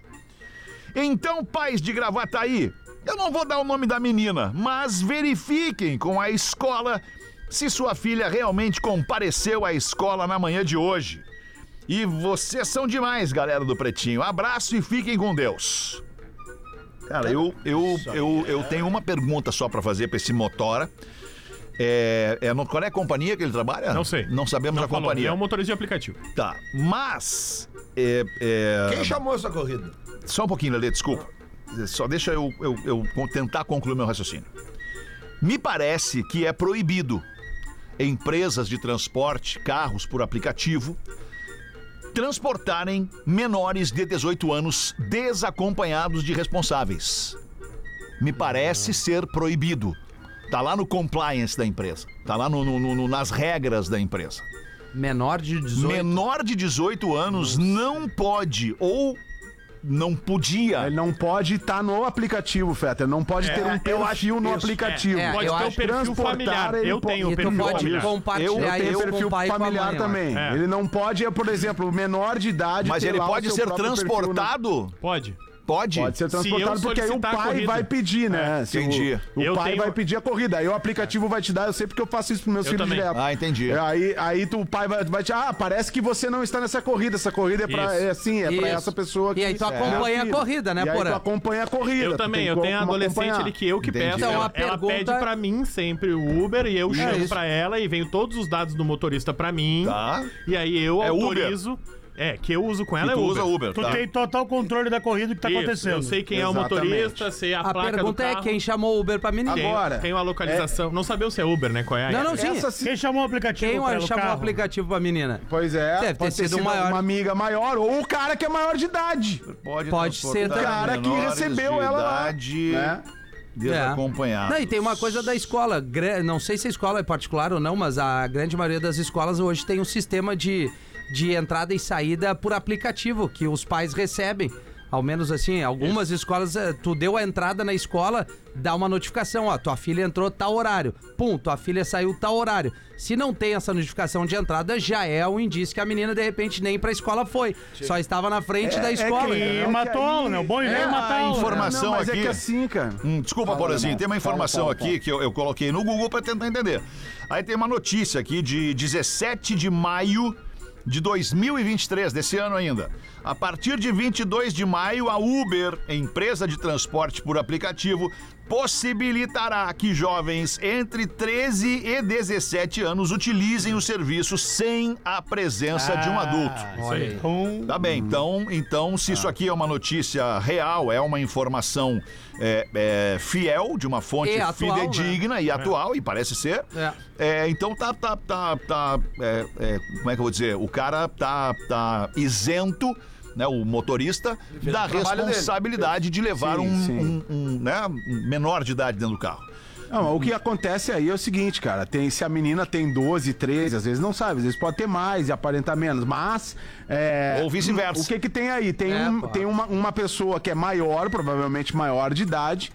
[SPEAKER 4] Então, pais de Gravataí, eu não vou dar o nome da menina, mas verifiquem com a escola se sua filha realmente compareceu à escola na manhã de hoje. E vocês são demais, galera do Pretinho. Abraço e fiquem com Deus. Cara, eu, eu, eu, eu tenho uma pergunta só pra fazer pra esse motora. É, é no- qual é a companhia que ele trabalha?
[SPEAKER 6] Não sei.
[SPEAKER 4] Não sabemos a
[SPEAKER 6] Falou,
[SPEAKER 4] companhia.
[SPEAKER 6] É um motorista de aplicativo.
[SPEAKER 4] Tá. Mas. é- é-
[SPEAKER 9] Quem chamou essa corrida?
[SPEAKER 4] só um pouquinho, Lelê, desculpa. Só deixa eu, eu- eu con- tentar concluir meu raciocínio. Me parece que é proibido empresas de transporte, carros por aplicativo, transportarem menores de 18 anos desacompanhados de responsáveis. Me parece ser proibido. Tá lá no compliance da empresa. Tá lá no- no- no- nas regras da empresa.
[SPEAKER 5] Menor de 18.
[SPEAKER 4] Menor de 18 anos não pode ou não podia.
[SPEAKER 1] Ele não pode estar
[SPEAKER 8] tá
[SPEAKER 1] no aplicativo, Feta. Ele não pode ter um perfil no aplicativo.
[SPEAKER 5] É,
[SPEAKER 6] Pode
[SPEAKER 5] eu
[SPEAKER 6] ter o
[SPEAKER 5] acho-
[SPEAKER 6] perfil
[SPEAKER 1] Transportar,
[SPEAKER 6] familiar.
[SPEAKER 1] ele
[SPEAKER 6] Eu
[SPEAKER 1] pode-
[SPEAKER 6] tenho o
[SPEAKER 5] E tu
[SPEAKER 6] perfil
[SPEAKER 5] pode
[SPEAKER 6] familiar.
[SPEAKER 1] Eu
[SPEAKER 5] compartilhar
[SPEAKER 1] tenho
[SPEAKER 5] isso com
[SPEAKER 1] perfil
[SPEAKER 5] o pai e com a mãe.
[SPEAKER 1] familiar
[SPEAKER 5] eu acho.
[SPEAKER 1] também.
[SPEAKER 6] É.
[SPEAKER 1] Ele não pode, por exemplo, menor de idade.
[SPEAKER 4] Mas
[SPEAKER 1] ter
[SPEAKER 4] ele
[SPEAKER 1] lá o
[SPEAKER 4] pode
[SPEAKER 1] seu
[SPEAKER 4] ser
[SPEAKER 1] próprio perfil né? no-
[SPEAKER 4] transportado?
[SPEAKER 6] Pode.
[SPEAKER 4] Pode?
[SPEAKER 8] né? Pode ser transportado,
[SPEAKER 6] eu
[SPEAKER 8] porque aí o
[SPEAKER 6] solicitar a
[SPEAKER 8] pai
[SPEAKER 6] corrida. É,
[SPEAKER 8] vai pedir, né? Se o-
[SPEAKER 4] entendi.
[SPEAKER 8] O,
[SPEAKER 6] Eu
[SPEAKER 8] pai
[SPEAKER 6] tenho-
[SPEAKER 8] vai pedir a corrida. Aí o aplicativo vai te dar, eu sei porque eu faço isso pros meus
[SPEAKER 6] Eu
[SPEAKER 8] filhos
[SPEAKER 6] também.
[SPEAKER 8] direto.
[SPEAKER 4] Ah, entendi.
[SPEAKER 8] É, Aí, aí tu, o pai vai, vai te. Ah, parece que você não está nessa corrida. Essa corrida é pra,
[SPEAKER 6] Isso.
[SPEAKER 8] é assim, é pra
[SPEAKER 5] Isso.
[SPEAKER 8] essa pessoa é
[SPEAKER 5] E aí tu acompanha a corrida, né,
[SPEAKER 8] e aí tu
[SPEAKER 5] Porã?
[SPEAKER 8] acompanha a corrida.
[SPEAKER 6] Eu
[SPEAKER 8] tu
[SPEAKER 6] também,
[SPEAKER 8] tem
[SPEAKER 6] eu
[SPEAKER 8] como
[SPEAKER 6] tenho a adolescente
[SPEAKER 8] acompanhar.
[SPEAKER 6] ali que eu que
[SPEAKER 4] Entendi.
[SPEAKER 6] peço.
[SPEAKER 4] Então,
[SPEAKER 6] ela
[SPEAKER 5] a
[SPEAKER 6] ela
[SPEAKER 5] pergunta-
[SPEAKER 6] pede pra mim sempre o Uber e eu chamo
[SPEAKER 5] isso.
[SPEAKER 6] pra ela e venho todos os dados do motorista pra mim.
[SPEAKER 4] Tá.
[SPEAKER 6] E aí eu
[SPEAKER 4] É Uber.
[SPEAKER 6] autorizo. É, que eu uso com ela
[SPEAKER 4] E
[SPEAKER 6] é
[SPEAKER 4] tu
[SPEAKER 6] Uber.
[SPEAKER 4] usa Uber,
[SPEAKER 7] Tu
[SPEAKER 4] tá?
[SPEAKER 7] tem total controle da corrida que tá
[SPEAKER 6] Isso,
[SPEAKER 7] acontecendo.
[SPEAKER 6] Eu sei quem é o
[SPEAKER 8] Exatamente.
[SPEAKER 6] motorista, sei a,
[SPEAKER 5] A
[SPEAKER 6] placa do
[SPEAKER 5] pergunta
[SPEAKER 6] carro.
[SPEAKER 5] é quem chamou o Uber pra menina.
[SPEAKER 6] Tem,
[SPEAKER 8] Agora,
[SPEAKER 6] tem uma localização. Não sabia se é Uber, né? Qual é? a-
[SPEAKER 5] Não, não, sim.
[SPEAKER 8] Essa sim.
[SPEAKER 7] Quem chamou o aplicativo?
[SPEAKER 5] Quem
[SPEAKER 7] pra ela, o
[SPEAKER 5] chamou o
[SPEAKER 7] carro?
[SPEAKER 5] aplicativo pra menina?
[SPEAKER 8] Pois é,
[SPEAKER 5] Deve ter
[SPEAKER 8] pode
[SPEAKER 5] sido maior.
[SPEAKER 8] uma amiga maior ou o cara que é maior de idade.
[SPEAKER 4] Pode,
[SPEAKER 5] Pode
[SPEAKER 4] transportar
[SPEAKER 5] ser também.
[SPEAKER 8] Cara que
[SPEAKER 4] menores
[SPEAKER 8] recebeu
[SPEAKER 4] de
[SPEAKER 8] ela lá.
[SPEAKER 4] idade
[SPEAKER 8] né?
[SPEAKER 4] desacompanhados.
[SPEAKER 5] É. Não, e tem uma coisa da escola. gra- Não sei se a escola é particular ou não, mas a grande maioria das escolas hoje tem um sistema de, de entrada e saída por aplicativo que os pais recebem. Ao menos assim, algumas escolas, eh, tu deu a entrada na escola, dá uma notificação, ó, tua filha entrou tal horário. Pum, tua filha saiu tal horário. Se não tem essa notificação de entrada, já é um indício que a menina, de repente, nem pra escola foi. Só estava na frente da escola.
[SPEAKER 7] E matou aula, né? O bom e
[SPEAKER 4] É,
[SPEAKER 7] velho matar
[SPEAKER 4] a
[SPEAKER 7] aula.
[SPEAKER 4] informação
[SPEAKER 8] Não, mas
[SPEAKER 4] aqui.
[SPEAKER 8] é que assim, cara.
[SPEAKER 4] Hum, desculpa, Borazinho, tem uma informação aqui que eu, eu coloquei no Google para tentar entender. Aí tem uma notícia aqui de 17 de maio de 2023, desse ano ainda. A partir de 22 de maio, a Uber, empresa de transporte por aplicativo, possibilitará que jovens entre 13 e 17 anos utilizem o serviço sem a presença de um adulto.
[SPEAKER 6] Olha aí.
[SPEAKER 7] Então,
[SPEAKER 4] Tá bem, então, então se isso aqui é uma notícia real, é uma informação é, é, fiel, de uma fonte
[SPEAKER 5] E atual,
[SPEAKER 4] fidedigna e atual, e parece ser,
[SPEAKER 5] É.
[SPEAKER 4] é, então tá, tá, tá, tá é, é, como é que eu vou dizer? O cara tá, tá isento, né, o motorista, da responsabilidade de levar
[SPEAKER 8] Sim,
[SPEAKER 4] um,
[SPEAKER 8] sim.
[SPEAKER 4] um- um, né, um menor de idade dentro do carro.
[SPEAKER 8] Não, o que acontece aí é o seguinte, cara. Tem, se a menina tem 12, 13, às vezes não sabe, às vezes pode ter mais e aparentar menos, mas. é,
[SPEAKER 4] Ou vice-versa.
[SPEAKER 8] O que que tem aí? Tem,
[SPEAKER 5] É,
[SPEAKER 8] um-
[SPEAKER 5] pô.
[SPEAKER 8] tem uma, uma pessoa que é maior, provavelmente maior de idade.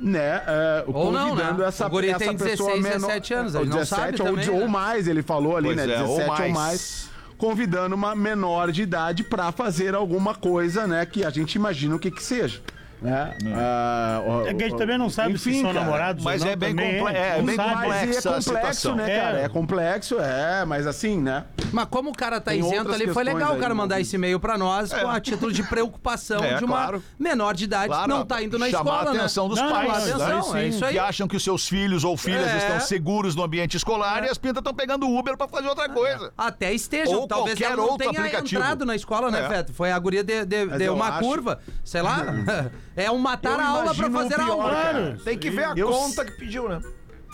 [SPEAKER 8] Né, é,
[SPEAKER 5] Ou não,
[SPEAKER 8] convidando
[SPEAKER 5] né?
[SPEAKER 8] essa,
[SPEAKER 5] O guri
[SPEAKER 8] essa
[SPEAKER 5] tem
[SPEAKER 8] pessoa
[SPEAKER 5] 16,
[SPEAKER 8] menor,
[SPEAKER 5] 17 anos, ele
[SPEAKER 8] ou
[SPEAKER 5] não sabe
[SPEAKER 8] ou,
[SPEAKER 5] também,
[SPEAKER 8] de- ou
[SPEAKER 5] né?
[SPEAKER 8] mais, ele falou ali,
[SPEAKER 4] Pois
[SPEAKER 8] né?
[SPEAKER 4] é, ou
[SPEAKER 8] 17 ou mais.
[SPEAKER 4] mais.
[SPEAKER 8] convidando uma menor de idade pra fazer alguma coisa, né, que a gente imagina o que que seja. Né? Ah, ó,
[SPEAKER 7] é que a gente
[SPEAKER 8] ó,
[SPEAKER 7] também não sabe se
[SPEAKER 8] enfim,
[SPEAKER 7] são
[SPEAKER 8] cara.
[SPEAKER 7] namorados
[SPEAKER 4] Mas
[SPEAKER 7] ou não.
[SPEAKER 4] é bem
[SPEAKER 7] também,
[SPEAKER 4] comple- é, é
[SPEAKER 7] Não
[SPEAKER 4] bem
[SPEAKER 7] sabe.
[SPEAKER 4] complexo.
[SPEAKER 8] Mas é
[SPEAKER 4] essa
[SPEAKER 8] complexo,
[SPEAKER 4] situação.
[SPEAKER 8] né,
[SPEAKER 7] É.
[SPEAKER 8] cara? É complexo, é, mas assim, né?
[SPEAKER 5] Mas como o cara tá
[SPEAKER 8] Tem
[SPEAKER 5] isento
[SPEAKER 8] outras
[SPEAKER 5] ali, foi
[SPEAKER 8] questões
[SPEAKER 5] legal o
[SPEAKER 8] aí né? É.
[SPEAKER 5] cara
[SPEAKER 8] envolvidas.
[SPEAKER 5] mandar esse e-mail pra nós com a título de preocupação
[SPEAKER 4] É,
[SPEAKER 5] de uma
[SPEAKER 4] claro.
[SPEAKER 5] menor de idade que
[SPEAKER 4] Claro,
[SPEAKER 5] não tá indo na
[SPEAKER 4] chamar
[SPEAKER 5] escola,
[SPEAKER 4] a atenção dos
[SPEAKER 7] Não, não,
[SPEAKER 4] pais.
[SPEAKER 5] atenção,
[SPEAKER 4] né?
[SPEAKER 5] é isso aí.
[SPEAKER 4] Que acham que os seus filhos ou filhas
[SPEAKER 5] É.
[SPEAKER 4] estão seguros no ambiente escolar e as pintas estão pegando Uber pra fazer outra coisa.
[SPEAKER 5] né? Até estejam,
[SPEAKER 4] Ou
[SPEAKER 5] talvez
[SPEAKER 4] qualquer
[SPEAKER 5] ela não
[SPEAKER 4] outro
[SPEAKER 5] tenha
[SPEAKER 4] aplicativo.
[SPEAKER 5] entrado na escola, né,
[SPEAKER 4] É.
[SPEAKER 5] Feto? Foi a guria de, de-
[SPEAKER 8] Mas
[SPEAKER 5] deu
[SPEAKER 8] eu
[SPEAKER 5] uma
[SPEAKER 8] acho-
[SPEAKER 5] curva, sei lá. É um matar
[SPEAKER 8] Eu
[SPEAKER 5] a aula pra
[SPEAKER 8] imagino o
[SPEAKER 5] fazer a
[SPEAKER 8] pior,
[SPEAKER 5] aula.
[SPEAKER 8] cara.
[SPEAKER 9] Tem que ver a
[SPEAKER 8] Eu-
[SPEAKER 9] conta que pediu, né?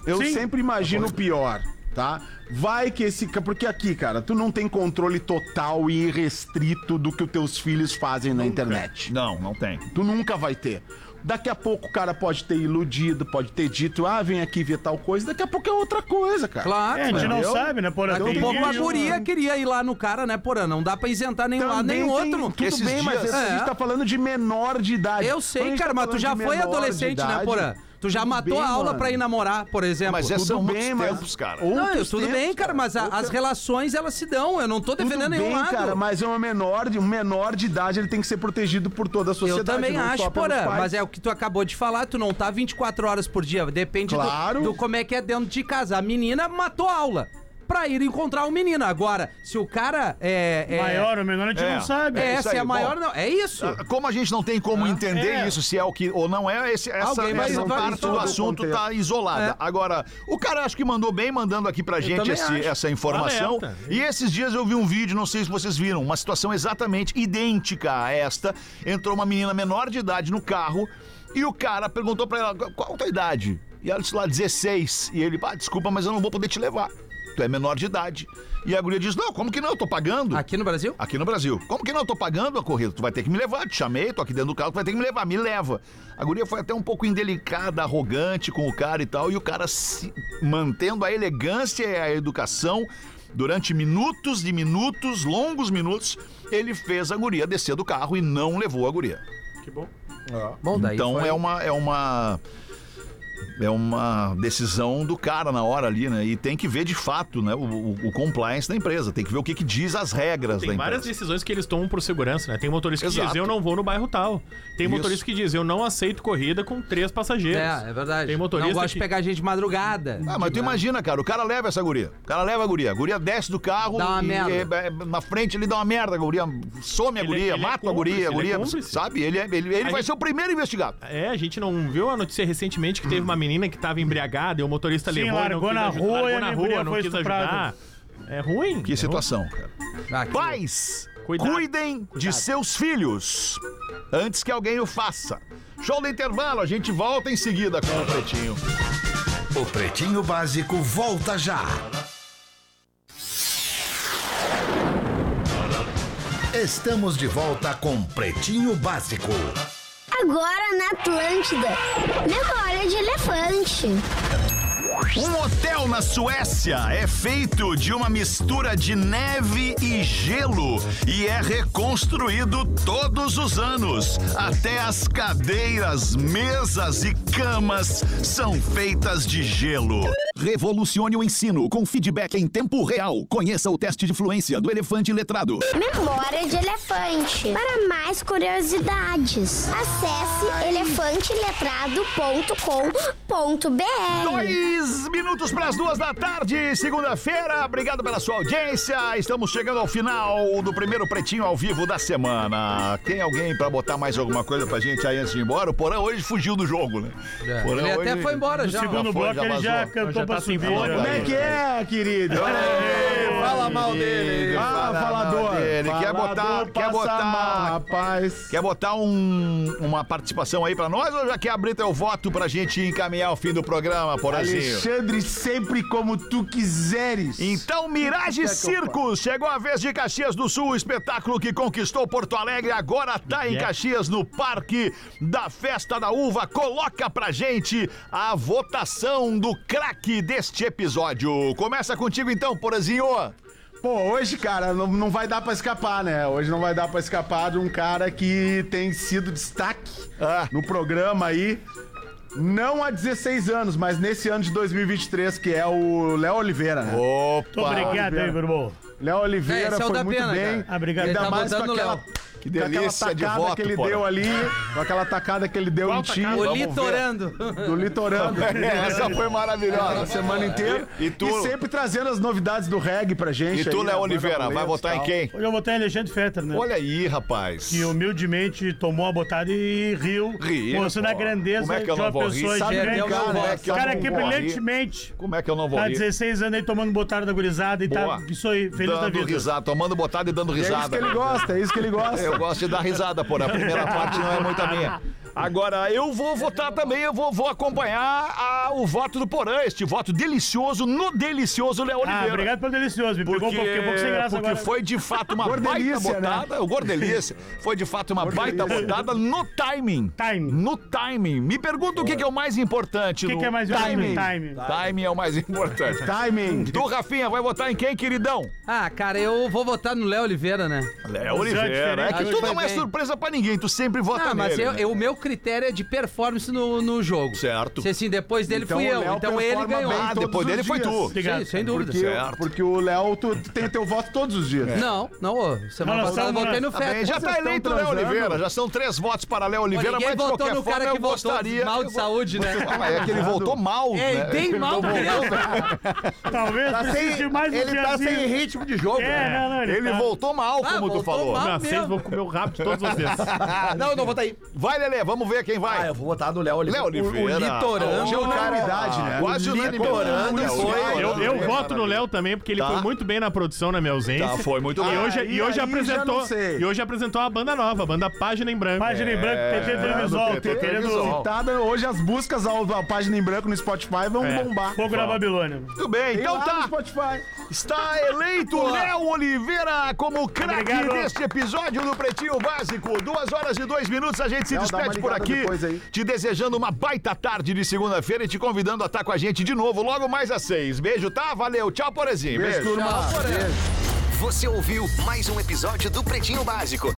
[SPEAKER 8] Eu
[SPEAKER 7] Sim.
[SPEAKER 8] sempre imagino o pior, tá? Vai que esse. ca- Porque aqui, cara, tu não tem controle total e irrestrito do que os teus filhos fazem na internet.
[SPEAKER 4] Não, não tem.
[SPEAKER 8] Tu nunca vai ter. Daqui a pouco o cara pode ter iludido, pode ter dito, ah, vem aqui ver tal coisa, daqui a pouco é outra coisa, cara.
[SPEAKER 5] Claro.
[SPEAKER 7] É, a gente não
[SPEAKER 8] Entendeu?
[SPEAKER 7] sabe, né? Porra,
[SPEAKER 5] Daqui
[SPEAKER 7] tem
[SPEAKER 5] a pouco a
[SPEAKER 7] vídeo.
[SPEAKER 5] guria queria ir lá no cara, né, Porã? Não dá pra isentar nem um lado nem
[SPEAKER 8] né? Também
[SPEAKER 5] o
[SPEAKER 8] tem-
[SPEAKER 5] outro.
[SPEAKER 8] Tudo
[SPEAKER 4] Esses
[SPEAKER 8] bem, mas
[SPEAKER 4] dias-
[SPEAKER 8] a
[SPEAKER 5] É.
[SPEAKER 8] gente tá falando de menor de idade.
[SPEAKER 5] Eu
[SPEAKER 8] Quando a
[SPEAKER 5] sei,
[SPEAKER 8] gente
[SPEAKER 5] cara,
[SPEAKER 8] tá
[SPEAKER 5] mas tu
[SPEAKER 8] falando
[SPEAKER 5] já
[SPEAKER 8] de
[SPEAKER 5] foi
[SPEAKER 8] menor de
[SPEAKER 5] adolescente, né,
[SPEAKER 8] idade,
[SPEAKER 5] Porã? Tu já
[SPEAKER 8] tudo
[SPEAKER 5] matou
[SPEAKER 8] bem,
[SPEAKER 5] a aula
[SPEAKER 8] mano.
[SPEAKER 5] pra ir namorar, por exemplo.
[SPEAKER 4] Mas
[SPEAKER 8] tudo
[SPEAKER 4] essa são
[SPEAKER 8] bem,
[SPEAKER 4] muitos
[SPEAKER 8] mas- é
[SPEAKER 4] tempos, cara.
[SPEAKER 8] Ou-
[SPEAKER 5] Não,
[SPEAKER 8] outros
[SPEAKER 5] tudo
[SPEAKER 8] tempos,
[SPEAKER 5] bem, cara, mas a- as relações elas se dão. Eu não tô
[SPEAKER 8] Tudo
[SPEAKER 5] defendendo nenhum
[SPEAKER 8] bem,
[SPEAKER 5] lado.
[SPEAKER 8] cara, mas é um menor, de, um menor de idade, ele tem que ser protegido por toda a sociedade.
[SPEAKER 5] Eu também
[SPEAKER 8] não só
[SPEAKER 5] acho,
[SPEAKER 8] pelos
[SPEAKER 5] Porã,
[SPEAKER 8] pais.
[SPEAKER 5] mas é o que tu acabou de falar, tu não tá 24 horas por dia, depende do-
[SPEAKER 8] Claro.
[SPEAKER 5] do, como é que é dentro de casa. A menina matou a aula pra ir encontrar o menino. Agora, se o cara é... é
[SPEAKER 7] Maior né, ou menor, a gente
[SPEAKER 4] É.
[SPEAKER 7] não sabe.
[SPEAKER 5] É,
[SPEAKER 4] isso
[SPEAKER 5] se
[SPEAKER 4] aí,
[SPEAKER 5] é maior,
[SPEAKER 4] bom.
[SPEAKER 5] não. É isso.
[SPEAKER 4] Ah, Como a gente não tem como entender
[SPEAKER 7] é.
[SPEAKER 4] isso, se é o que ou não é, esse, essa,
[SPEAKER 5] Alguém vai
[SPEAKER 4] essa
[SPEAKER 5] levar
[SPEAKER 4] parte
[SPEAKER 5] isso
[SPEAKER 4] do
[SPEAKER 5] todo
[SPEAKER 4] assunto
[SPEAKER 8] contexto.
[SPEAKER 4] tá isolada.
[SPEAKER 5] É.
[SPEAKER 4] Agora, o cara acho que mandou bem mandando aqui pra gente
[SPEAKER 5] também
[SPEAKER 4] esse-
[SPEAKER 5] acho.
[SPEAKER 4] essa informação.
[SPEAKER 6] Alerta.
[SPEAKER 4] E esses dias eu vi um vídeo, não sei se vocês viram, uma situação exatamente idêntica a esta. Entrou uma menina menor de idade no carro e o cara perguntou pra ela qual a tua idade? E ela disse lá 16. E ele, ah, desculpa, mas eu não vou poder te levar. Tu é menor de idade. E a guria diz: Não, como que não? Eu tô pagando.
[SPEAKER 5] Aqui no Brasil?
[SPEAKER 4] Aqui no Brasil. Como que não? Eu tô pagando a corrida. Tu vai ter que me levar. Te chamei, tô aqui dentro do carro, tu vai ter que me levar. Me leva. A guria foi até um pouco indelicada, arrogante com o cara e tal. E o cara se- mantendo a elegância e a educação durante minutos e minutos, longos minutos, ele fez a guria descer do carro e não levou a guria.
[SPEAKER 5] Bom, daí
[SPEAKER 8] um
[SPEAKER 4] então
[SPEAKER 5] foi-
[SPEAKER 4] é uma. É uma... é uma decisão do cara na hora ali, né? E tem que ver de fato, né? O, o- o compliance da empresa. Tem que ver o que, que diz as regras
[SPEAKER 6] Tem
[SPEAKER 4] da
[SPEAKER 6] várias
[SPEAKER 4] empresa.
[SPEAKER 6] decisões que eles tomam por segurança, né? Tem motorista que diz,
[SPEAKER 4] Exato.
[SPEAKER 6] eu não vou no bairro tal. Tem motorista que diz, eu não aceito corrida com três passageiros.
[SPEAKER 5] É, é verdade.
[SPEAKER 6] Tem motorista
[SPEAKER 5] Não gosto
[SPEAKER 6] que-
[SPEAKER 5] de pegar gente de madrugada.
[SPEAKER 4] Ah, mas tu imagina, cara, o cara leva essa guria. O cara leva a guria. A guria desce do carro.
[SPEAKER 5] Dá uma
[SPEAKER 4] e-
[SPEAKER 5] merda.
[SPEAKER 4] e- e- na frente ele dá uma merda, a guria. Some a
[SPEAKER 6] Ele é-
[SPEAKER 4] guria,
[SPEAKER 6] ele é
[SPEAKER 4] mata a
[SPEAKER 6] cúmplice,
[SPEAKER 4] guria, a
[SPEAKER 6] ele é
[SPEAKER 4] guria.
[SPEAKER 6] cúmplice.
[SPEAKER 4] sabe? Ele, é- ele, ele
[SPEAKER 6] A
[SPEAKER 4] vai
[SPEAKER 6] gente-
[SPEAKER 4] ser o primeiro investigado.
[SPEAKER 6] É, a gente não viu a notícia recentemente que teve uma menina que tava embriagada e o motorista
[SPEAKER 7] Sim,
[SPEAKER 6] levou e
[SPEAKER 7] largou
[SPEAKER 6] não quis
[SPEAKER 7] na
[SPEAKER 6] ajudar,
[SPEAKER 7] rua
[SPEAKER 6] largou
[SPEAKER 7] e a
[SPEAKER 6] na
[SPEAKER 7] guria
[SPEAKER 6] rua, não
[SPEAKER 7] foi
[SPEAKER 6] quis
[SPEAKER 7] estuprada.
[SPEAKER 6] ajudar. É ruim.
[SPEAKER 4] Que
[SPEAKER 6] é
[SPEAKER 4] situação, cara.
[SPEAKER 5] Ah, que-
[SPEAKER 4] Pais,
[SPEAKER 6] Cuidado.
[SPEAKER 4] cuidem de seus filhos antes que alguém o faça. Show do intervalo, a gente volta em seguida com o Pretinho.
[SPEAKER 2] É. O Pretinho Básico volta já. Estamos de volta com Pretinho Básico.
[SPEAKER 10] Agora na Atlântida. Memória de elefante.
[SPEAKER 4] Um hotel na Suécia é feito de uma mistura de neve e gelo e é reconstruído todos os anos. Até as cadeiras, mesas e camas são feitas de gelo. Revolucione o ensino com feedback em tempo real. Conheça o teste de fluência do elefante letrado.
[SPEAKER 10] Memória de elefante. Para mais curiosidades, acesse elefanteletrado.com.br.
[SPEAKER 4] Dois minutos para as duas da tarde, segunda-feira. Obrigado pela sua audiência. Estamos chegando ao final do primeiro Pretinho ao vivo da semana. Tem alguém para botar mais alguma coisa pra gente aí antes de ir embora? O Porã hoje fugiu do jogo, né?
[SPEAKER 5] É.
[SPEAKER 4] Porã
[SPEAKER 5] Ele até
[SPEAKER 4] hoje-
[SPEAKER 5] foi embora
[SPEAKER 7] No
[SPEAKER 5] já.
[SPEAKER 7] segundo
[SPEAKER 4] já foi, um.
[SPEAKER 7] bloco
[SPEAKER 4] já
[SPEAKER 7] ele já
[SPEAKER 4] vazou.
[SPEAKER 7] cantou
[SPEAKER 6] Já tá
[SPEAKER 7] pra
[SPEAKER 6] sem
[SPEAKER 7] subir.
[SPEAKER 6] fone,
[SPEAKER 7] já.
[SPEAKER 4] né?
[SPEAKER 8] Como é que é, querido?
[SPEAKER 4] Fala mal dele.
[SPEAKER 8] Ah, falador.
[SPEAKER 4] Ele quer
[SPEAKER 8] Falador
[SPEAKER 4] botar, quer
[SPEAKER 8] passa mal,
[SPEAKER 4] botar,
[SPEAKER 8] rapaz.
[SPEAKER 4] quer botar um- uma participação aí pra nós ou já quer abrir teu voto pra gente encaminhar o fim do programa, Porãzinho?
[SPEAKER 8] Alexandre, sempre como tu quiseres.
[SPEAKER 4] Então, Mirage Circos, chegou a vez de Caxias do Sul, o espetáculo que conquistou Porto Alegre, agora tá em
[SPEAKER 7] é.
[SPEAKER 4] Caxias, no Parque da Festa da Uva. Coloca pra gente a votação do craque deste episódio. Começa contigo então, Porazinho.
[SPEAKER 8] Pô, hoje, cara, não, não vai dar pra escapar, né? Hoje não vai dar pra escapar de um cara que tem sido destaque
[SPEAKER 4] Ah.
[SPEAKER 8] no programa aí. Não há 16 anos, mas nesse ano de 2023, que é o Léo Oliveira, né?
[SPEAKER 4] Opa!
[SPEAKER 7] Muito obrigado aí, meu irmão.
[SPEAKER 8] Léo
[SPEAKER 5] É,
[SPEAKER 8] Oliveira
[SPEAKER 5] esse é o
[SPEAKER 8] foi
[SPEAKER 5] da
[SPEAKER 8] muito
[SPEAKER 5] pena,
[SPEAKER 8] bem.
[SPEAKER 5] cara.
[SPEAKER 7] Ah, obrigado.
[SPEAKER 5] Ele
[SPEAKER 8] Ainda
[SPEAKER 5] tá
[SPEAKER 8] mais com
[SPEAKER 5] botando o
[SPEAKER 8] aquela,
[SPEAKER 5] Léo.
[SPEAKER 4] Que
[SPEAKER 8] com aquela
[SPEAKER 4] delícia de
[SPEAKER 8] tacada
[SPEAKER 4] voto,
[SPEAKER 8] que ele
[SPEAKER 4] Porã.
[SPEAKER 8] deu ali, com aquela tacada que ele deu em ti,
[SPEAKER 5] O
[SPEAKER 4] ver.
[SPEAKER 5] litorando.
[SPEAKER 8] do litorando.
[SPEAKER 4] Essa foi maravilhosa.
[SPEAKER 8] a semana inteira.
[SPEAKER 4] Tá E, e tu,
[SPEAKER 8] E sempre trazendo as novidades do reggae pra gente.
[SPEAKER 4] e tu
[SPEAKER 8] aí,
[SPEAKER 4] Léo
[SPEAKER 8] né?
[SPEAKER 4] Oliveira,
[SPEAKER 8] Banda
[SPEAKER 4] vai
[SPEAKER 8] Boletos
[SPEAKER 4] votar
[SPEAKER 8] e
[SPEAKER 4] em
[SPEAKER 8] tal.
[SPEAKER 4] quem?
[SPEAKER 7] Hoje eu vou ter Alexandre Fetter, né?
[SPEAKER 4] Olha aí, rapaz.
[SPEAKER 7] Que humildemente tomou a botada e riu.
[SPEAKER 4] Riu,
[SPEAKER 7] Mostrando a
[SPEAKER 4] pô.
[SPEAKER 7] grandeza
[SPEAKER 4] Como é que eu
[SPEAKER 7] de
[SPEAKER 4] não
[SPEAKER 7] uma
[SPEAKER 4] vou rir?
[SPEAKER 7] pessoa
[SPEAKER 5] Sabe
[SPEAKER 7] gigante.
[SPEAKER 5] brincar,
[SPEAKER 7] Cara,
[SPEAKER 5] né?
[SPEAKER 4] Que eu
[SPEAKER 7] cara
[SPEAKER 4] não
[SPEAKER 7] que
[SPEAKER 4] vou rir.
[SPEAKER 7] brilhantemente.
[SPEAKER 4] Como é que eu não vou
[SPEAKER 7] Tá
[SPEAKER 4] rir?
[SPEAKER 7] 16 anos aí tomando botada da gurizada e
[SPEAKER 4] Boa.
[SPEAKER 7] tá. Isso aí, feliz da
[SPEAKER 4] dando
[SPEAKER 7] vida.
[SPEAKER 4] risada, tomando botada e dando
[SPEAKER 8] É isso que
[SPEAKER 4] risada.
[SPEAKER 8] ele gosta, é isso que ele gosta.
[SPEAKER 4] Eu gosto de dar risada, porra. A primeira parte não é muito a minha. Agora, eu vou votar também, eu vou, vou acompanhar a- o voto do Porã, este voto delicioso, no delicioso Léo
[SPEAKER 7] Ah,
[SPEAKER 4] Oliveira.
[SPEAKER 7] obrigado pelo delicioso. Me
[SPEAKER 4] Porque,
[SPEAKER 7] pegou um pouquinho, um pouco sem graça
[SPEAKER 4] porque
[SPEAKER 7] agora.
[SPEAKER 4] foi de fato uma baita
[SPEAKER 8] Gordelícia, né?
[SPEAKER 4] botada. O Gordelícia foi de fato uma baita botada no timing.
[SPEAKER 7] Timing.
[SPEAKER 4] No timing. Me pergunta o que, que é o mais importante.
[SPEAKER 7] O que,
[SPEAKER 4] do
[SPEAKER 7] que é mais
[SPEAKER 4] timing?
[SPEAKER 7] time? time?
[SPEAKER 4] Timing é o mais importante.
[SPEAKER 8] Timing.
[SPEAKER 4] Tu, Rafinha, vai votar em quem, queridão?
[SPEAKER 5] Ah, cara, eu vou votar no Léo Oliveira, né?
[SPEAKER 4] Léo
[SPEAKER 7] Oliveira.
[SPEAKER 4] É que
[SPEAKER 5] Acho
[SPEAKER 4] tu
[SPEAKER 5] que
[SPEAKER 4] não
[SPEAKER 5] foi
[SPEAKER 4] é
[SPEAKER 5] bem.
[SPEAKER 4] surpresa pra ninguém, tu sempre vota
[SPEAKER 5] Ah, mas
[SPEAKER 4] nele.
[SPEAKER 5] eu-
[SPEAKER 4] né?
[SPEAKER 5] eu- o meu critério é de performance no, no jogo.
[SPEAKER 4] Certo.
[SPEAKER 5] Se assim, depois dele
[SPEAKER 8] Então
[SPEAKER 5] fui
[SPEAKER 8] o
[SPEAKER 5] eu.
[SPEAKER 8] Léo
[SPEAKER 5] Então ele
[SPEAKER 8] performa
[SPEAKER 5] ganhou.
[SPEAKER 8] bem
[SPEAKER 4] Ah,
[SPEAKER 8] todos
[SPEAKER 4] depois
[SPEAKER 8] os
[SPEAKER 4] dele foi
[SPEAKER 8] dias.
[SPEAKER 4] tu.
[SPEAKER 5] Sim, sem dúvida.
[SPEAKER 8] Porque, é.
[SPEAKER 4] Certo.
[SPEAKER 8] porque o Léo, tu, tu tem teu voto todos os dias.
[SPEAKER 5] Não, não, ô, semana
[SPEAKER 7] Não, nós
[SPEAKER 5] passada eu
[SPEAKER 7] estamos
[SPEAKER 5] votei no
[SPEAKER 7] na-
[SPEAKER 5] Feta.
[SPEAKER 4] Bem, já tá
[SPEAKER 8] Vocês estão
[SPEAKER 4] eleito o Léo
[SPEAKER 8] transando.
[SPEAKER 4] Oliveira, já são três votos para Léo
[SPEAKER 5] Pô,
[SPEAKER 4] Oliveira,
[SPEAKER 5] ninguém
[SPEAKER 4] mas de
[SPEAKER 5] votou
[SPEAKER 4] qualquer
[SPEAKER 5] no
[SPEAKER 4] forma
[SPEAKER 5] cara que
[SPEAKER 4] eu
[SPEAKER 5] votou
[SPEAKER 4] gostaria...
[SPEAKER 5] mal de saúde, né?
[SPEAKER 4] Ah, mas é que ele voltou mal,
[SPEAKER 5] É,
[SPEAKER 4] né?
[SPEAKER 5] bem mal que
[SPEAKER 7] Talvez precise de mais um
[SPEAKER 4] tá
[SPEAKER 7] diazinho.
[SPEAKER 9] ritmo de jogo.
[SPEAKER 7] É, não, não, ele,
[SPEAKER 4] Ele
[SPEAKER 7] tá-
[SPEAKER 4] voltou mal,
[SPEAKER 5] Ah,
[SPEAKER 4] como tu
[SPEAKER 5] voltou
[SPEAKER 4] falou.
[SPEAKER 5] mal.
[SPEAKER 6] Na seis,
[SPEAKER 5] mesmo.
[SPEAKER 6] vou né? comer o rabo de todos vocês.
[SPEAKER 9] não, não, vota aí.
[SPEAKER 4] Vai, Lelê, vamos ver quem
[SPEAKER 9] Ah,
[SPEAKER 4] vai.
[SPEAKER 9] eu vou votar no Léo Oliveira.
[SPEAKER 4] Léo Oliveira.
[SPEAKER 9] O, o litorando.
[SPEAKER 4] Hoje é
[SPEAKER 8] unanimidade, né?
[SPEAKER 4] Quase
[SPEAKER 8] O
[SPEAKER 4] unanimidade.
[SPEAKER 8] litorando
[SPEAKER 4] Léo
[SPEAKER 9] foi-
[SPEAKER 4] Oliveira.
[SPEAKER 6] Eu, eu voto no Léo também, porque ele
[SPEAKER 4] Tá.
[SPEAKER 6] foi muito bem na produção na minha ausência.
[SPEAKER 4] Tá, foi muito
[SPEAKER 6] E
[SPEAKER 4] bem.
[SPEAKER 6] hoje,
[SPEAKER 8] Aí-
[SPEAKER 6] e hoje
[SPEAKER 8] aí já
[SPEAKER 6] apresentou
[SPEAKER 8] não sei.
[SPEAKER 6] e hoje apresentou uma banda nova, a banda Página em Branco.
[SPEAKER 7] Página em branco, TT
[SPEAKER 4] É,
[SPEAKER 7] Televisol.
[SPEAKER 4] TT
[SPEAKER 7] Tô querendo
[SPEAKER 4] Televisol.
[SPEAKER 8] Citada, Tá, né? hoje as buscas ao- à página em branco no Spotify vão
[SPEAKER 6] É.
[SPEAKER 8] bombar.
[SPEAKER 7] fogo na Babilônia.
[SPEAKER 4] Muito bem,
[SPEAKER 8] Tem
[SPEAKER 4] então
[SPEAKER 8] lá no
[SPEAKER 4] tá.
[SPEAKER 8] Spotify.
[SPEAKER 4] Está eleito Léo Oliveira como craque
[SPEAKER 7] Obrigado.
[SPEAKER 4] deste episódio do Pretinho Básico. Duas horas e dois minutos, a gente se
[SPEAKER 8] Léo, dá uma
[SPEAKER 4] despede por
[SPEAKER 8] ligada
[SPEAKER 4] aqui.
[SPEAKER 8] depois aí.
[SPEAKER 4] Te desejando uma baita tarde de segunda-feira e te convidando a estar com a gente de novo logo mais às seis. Beijo, tá? Valeu. Tchau, Porezinho.
[SPEAKER 8] Beijo, turma. Beijo.
[SPEAKER 11] Você ouviu mais um episódio do Pretinho Básico.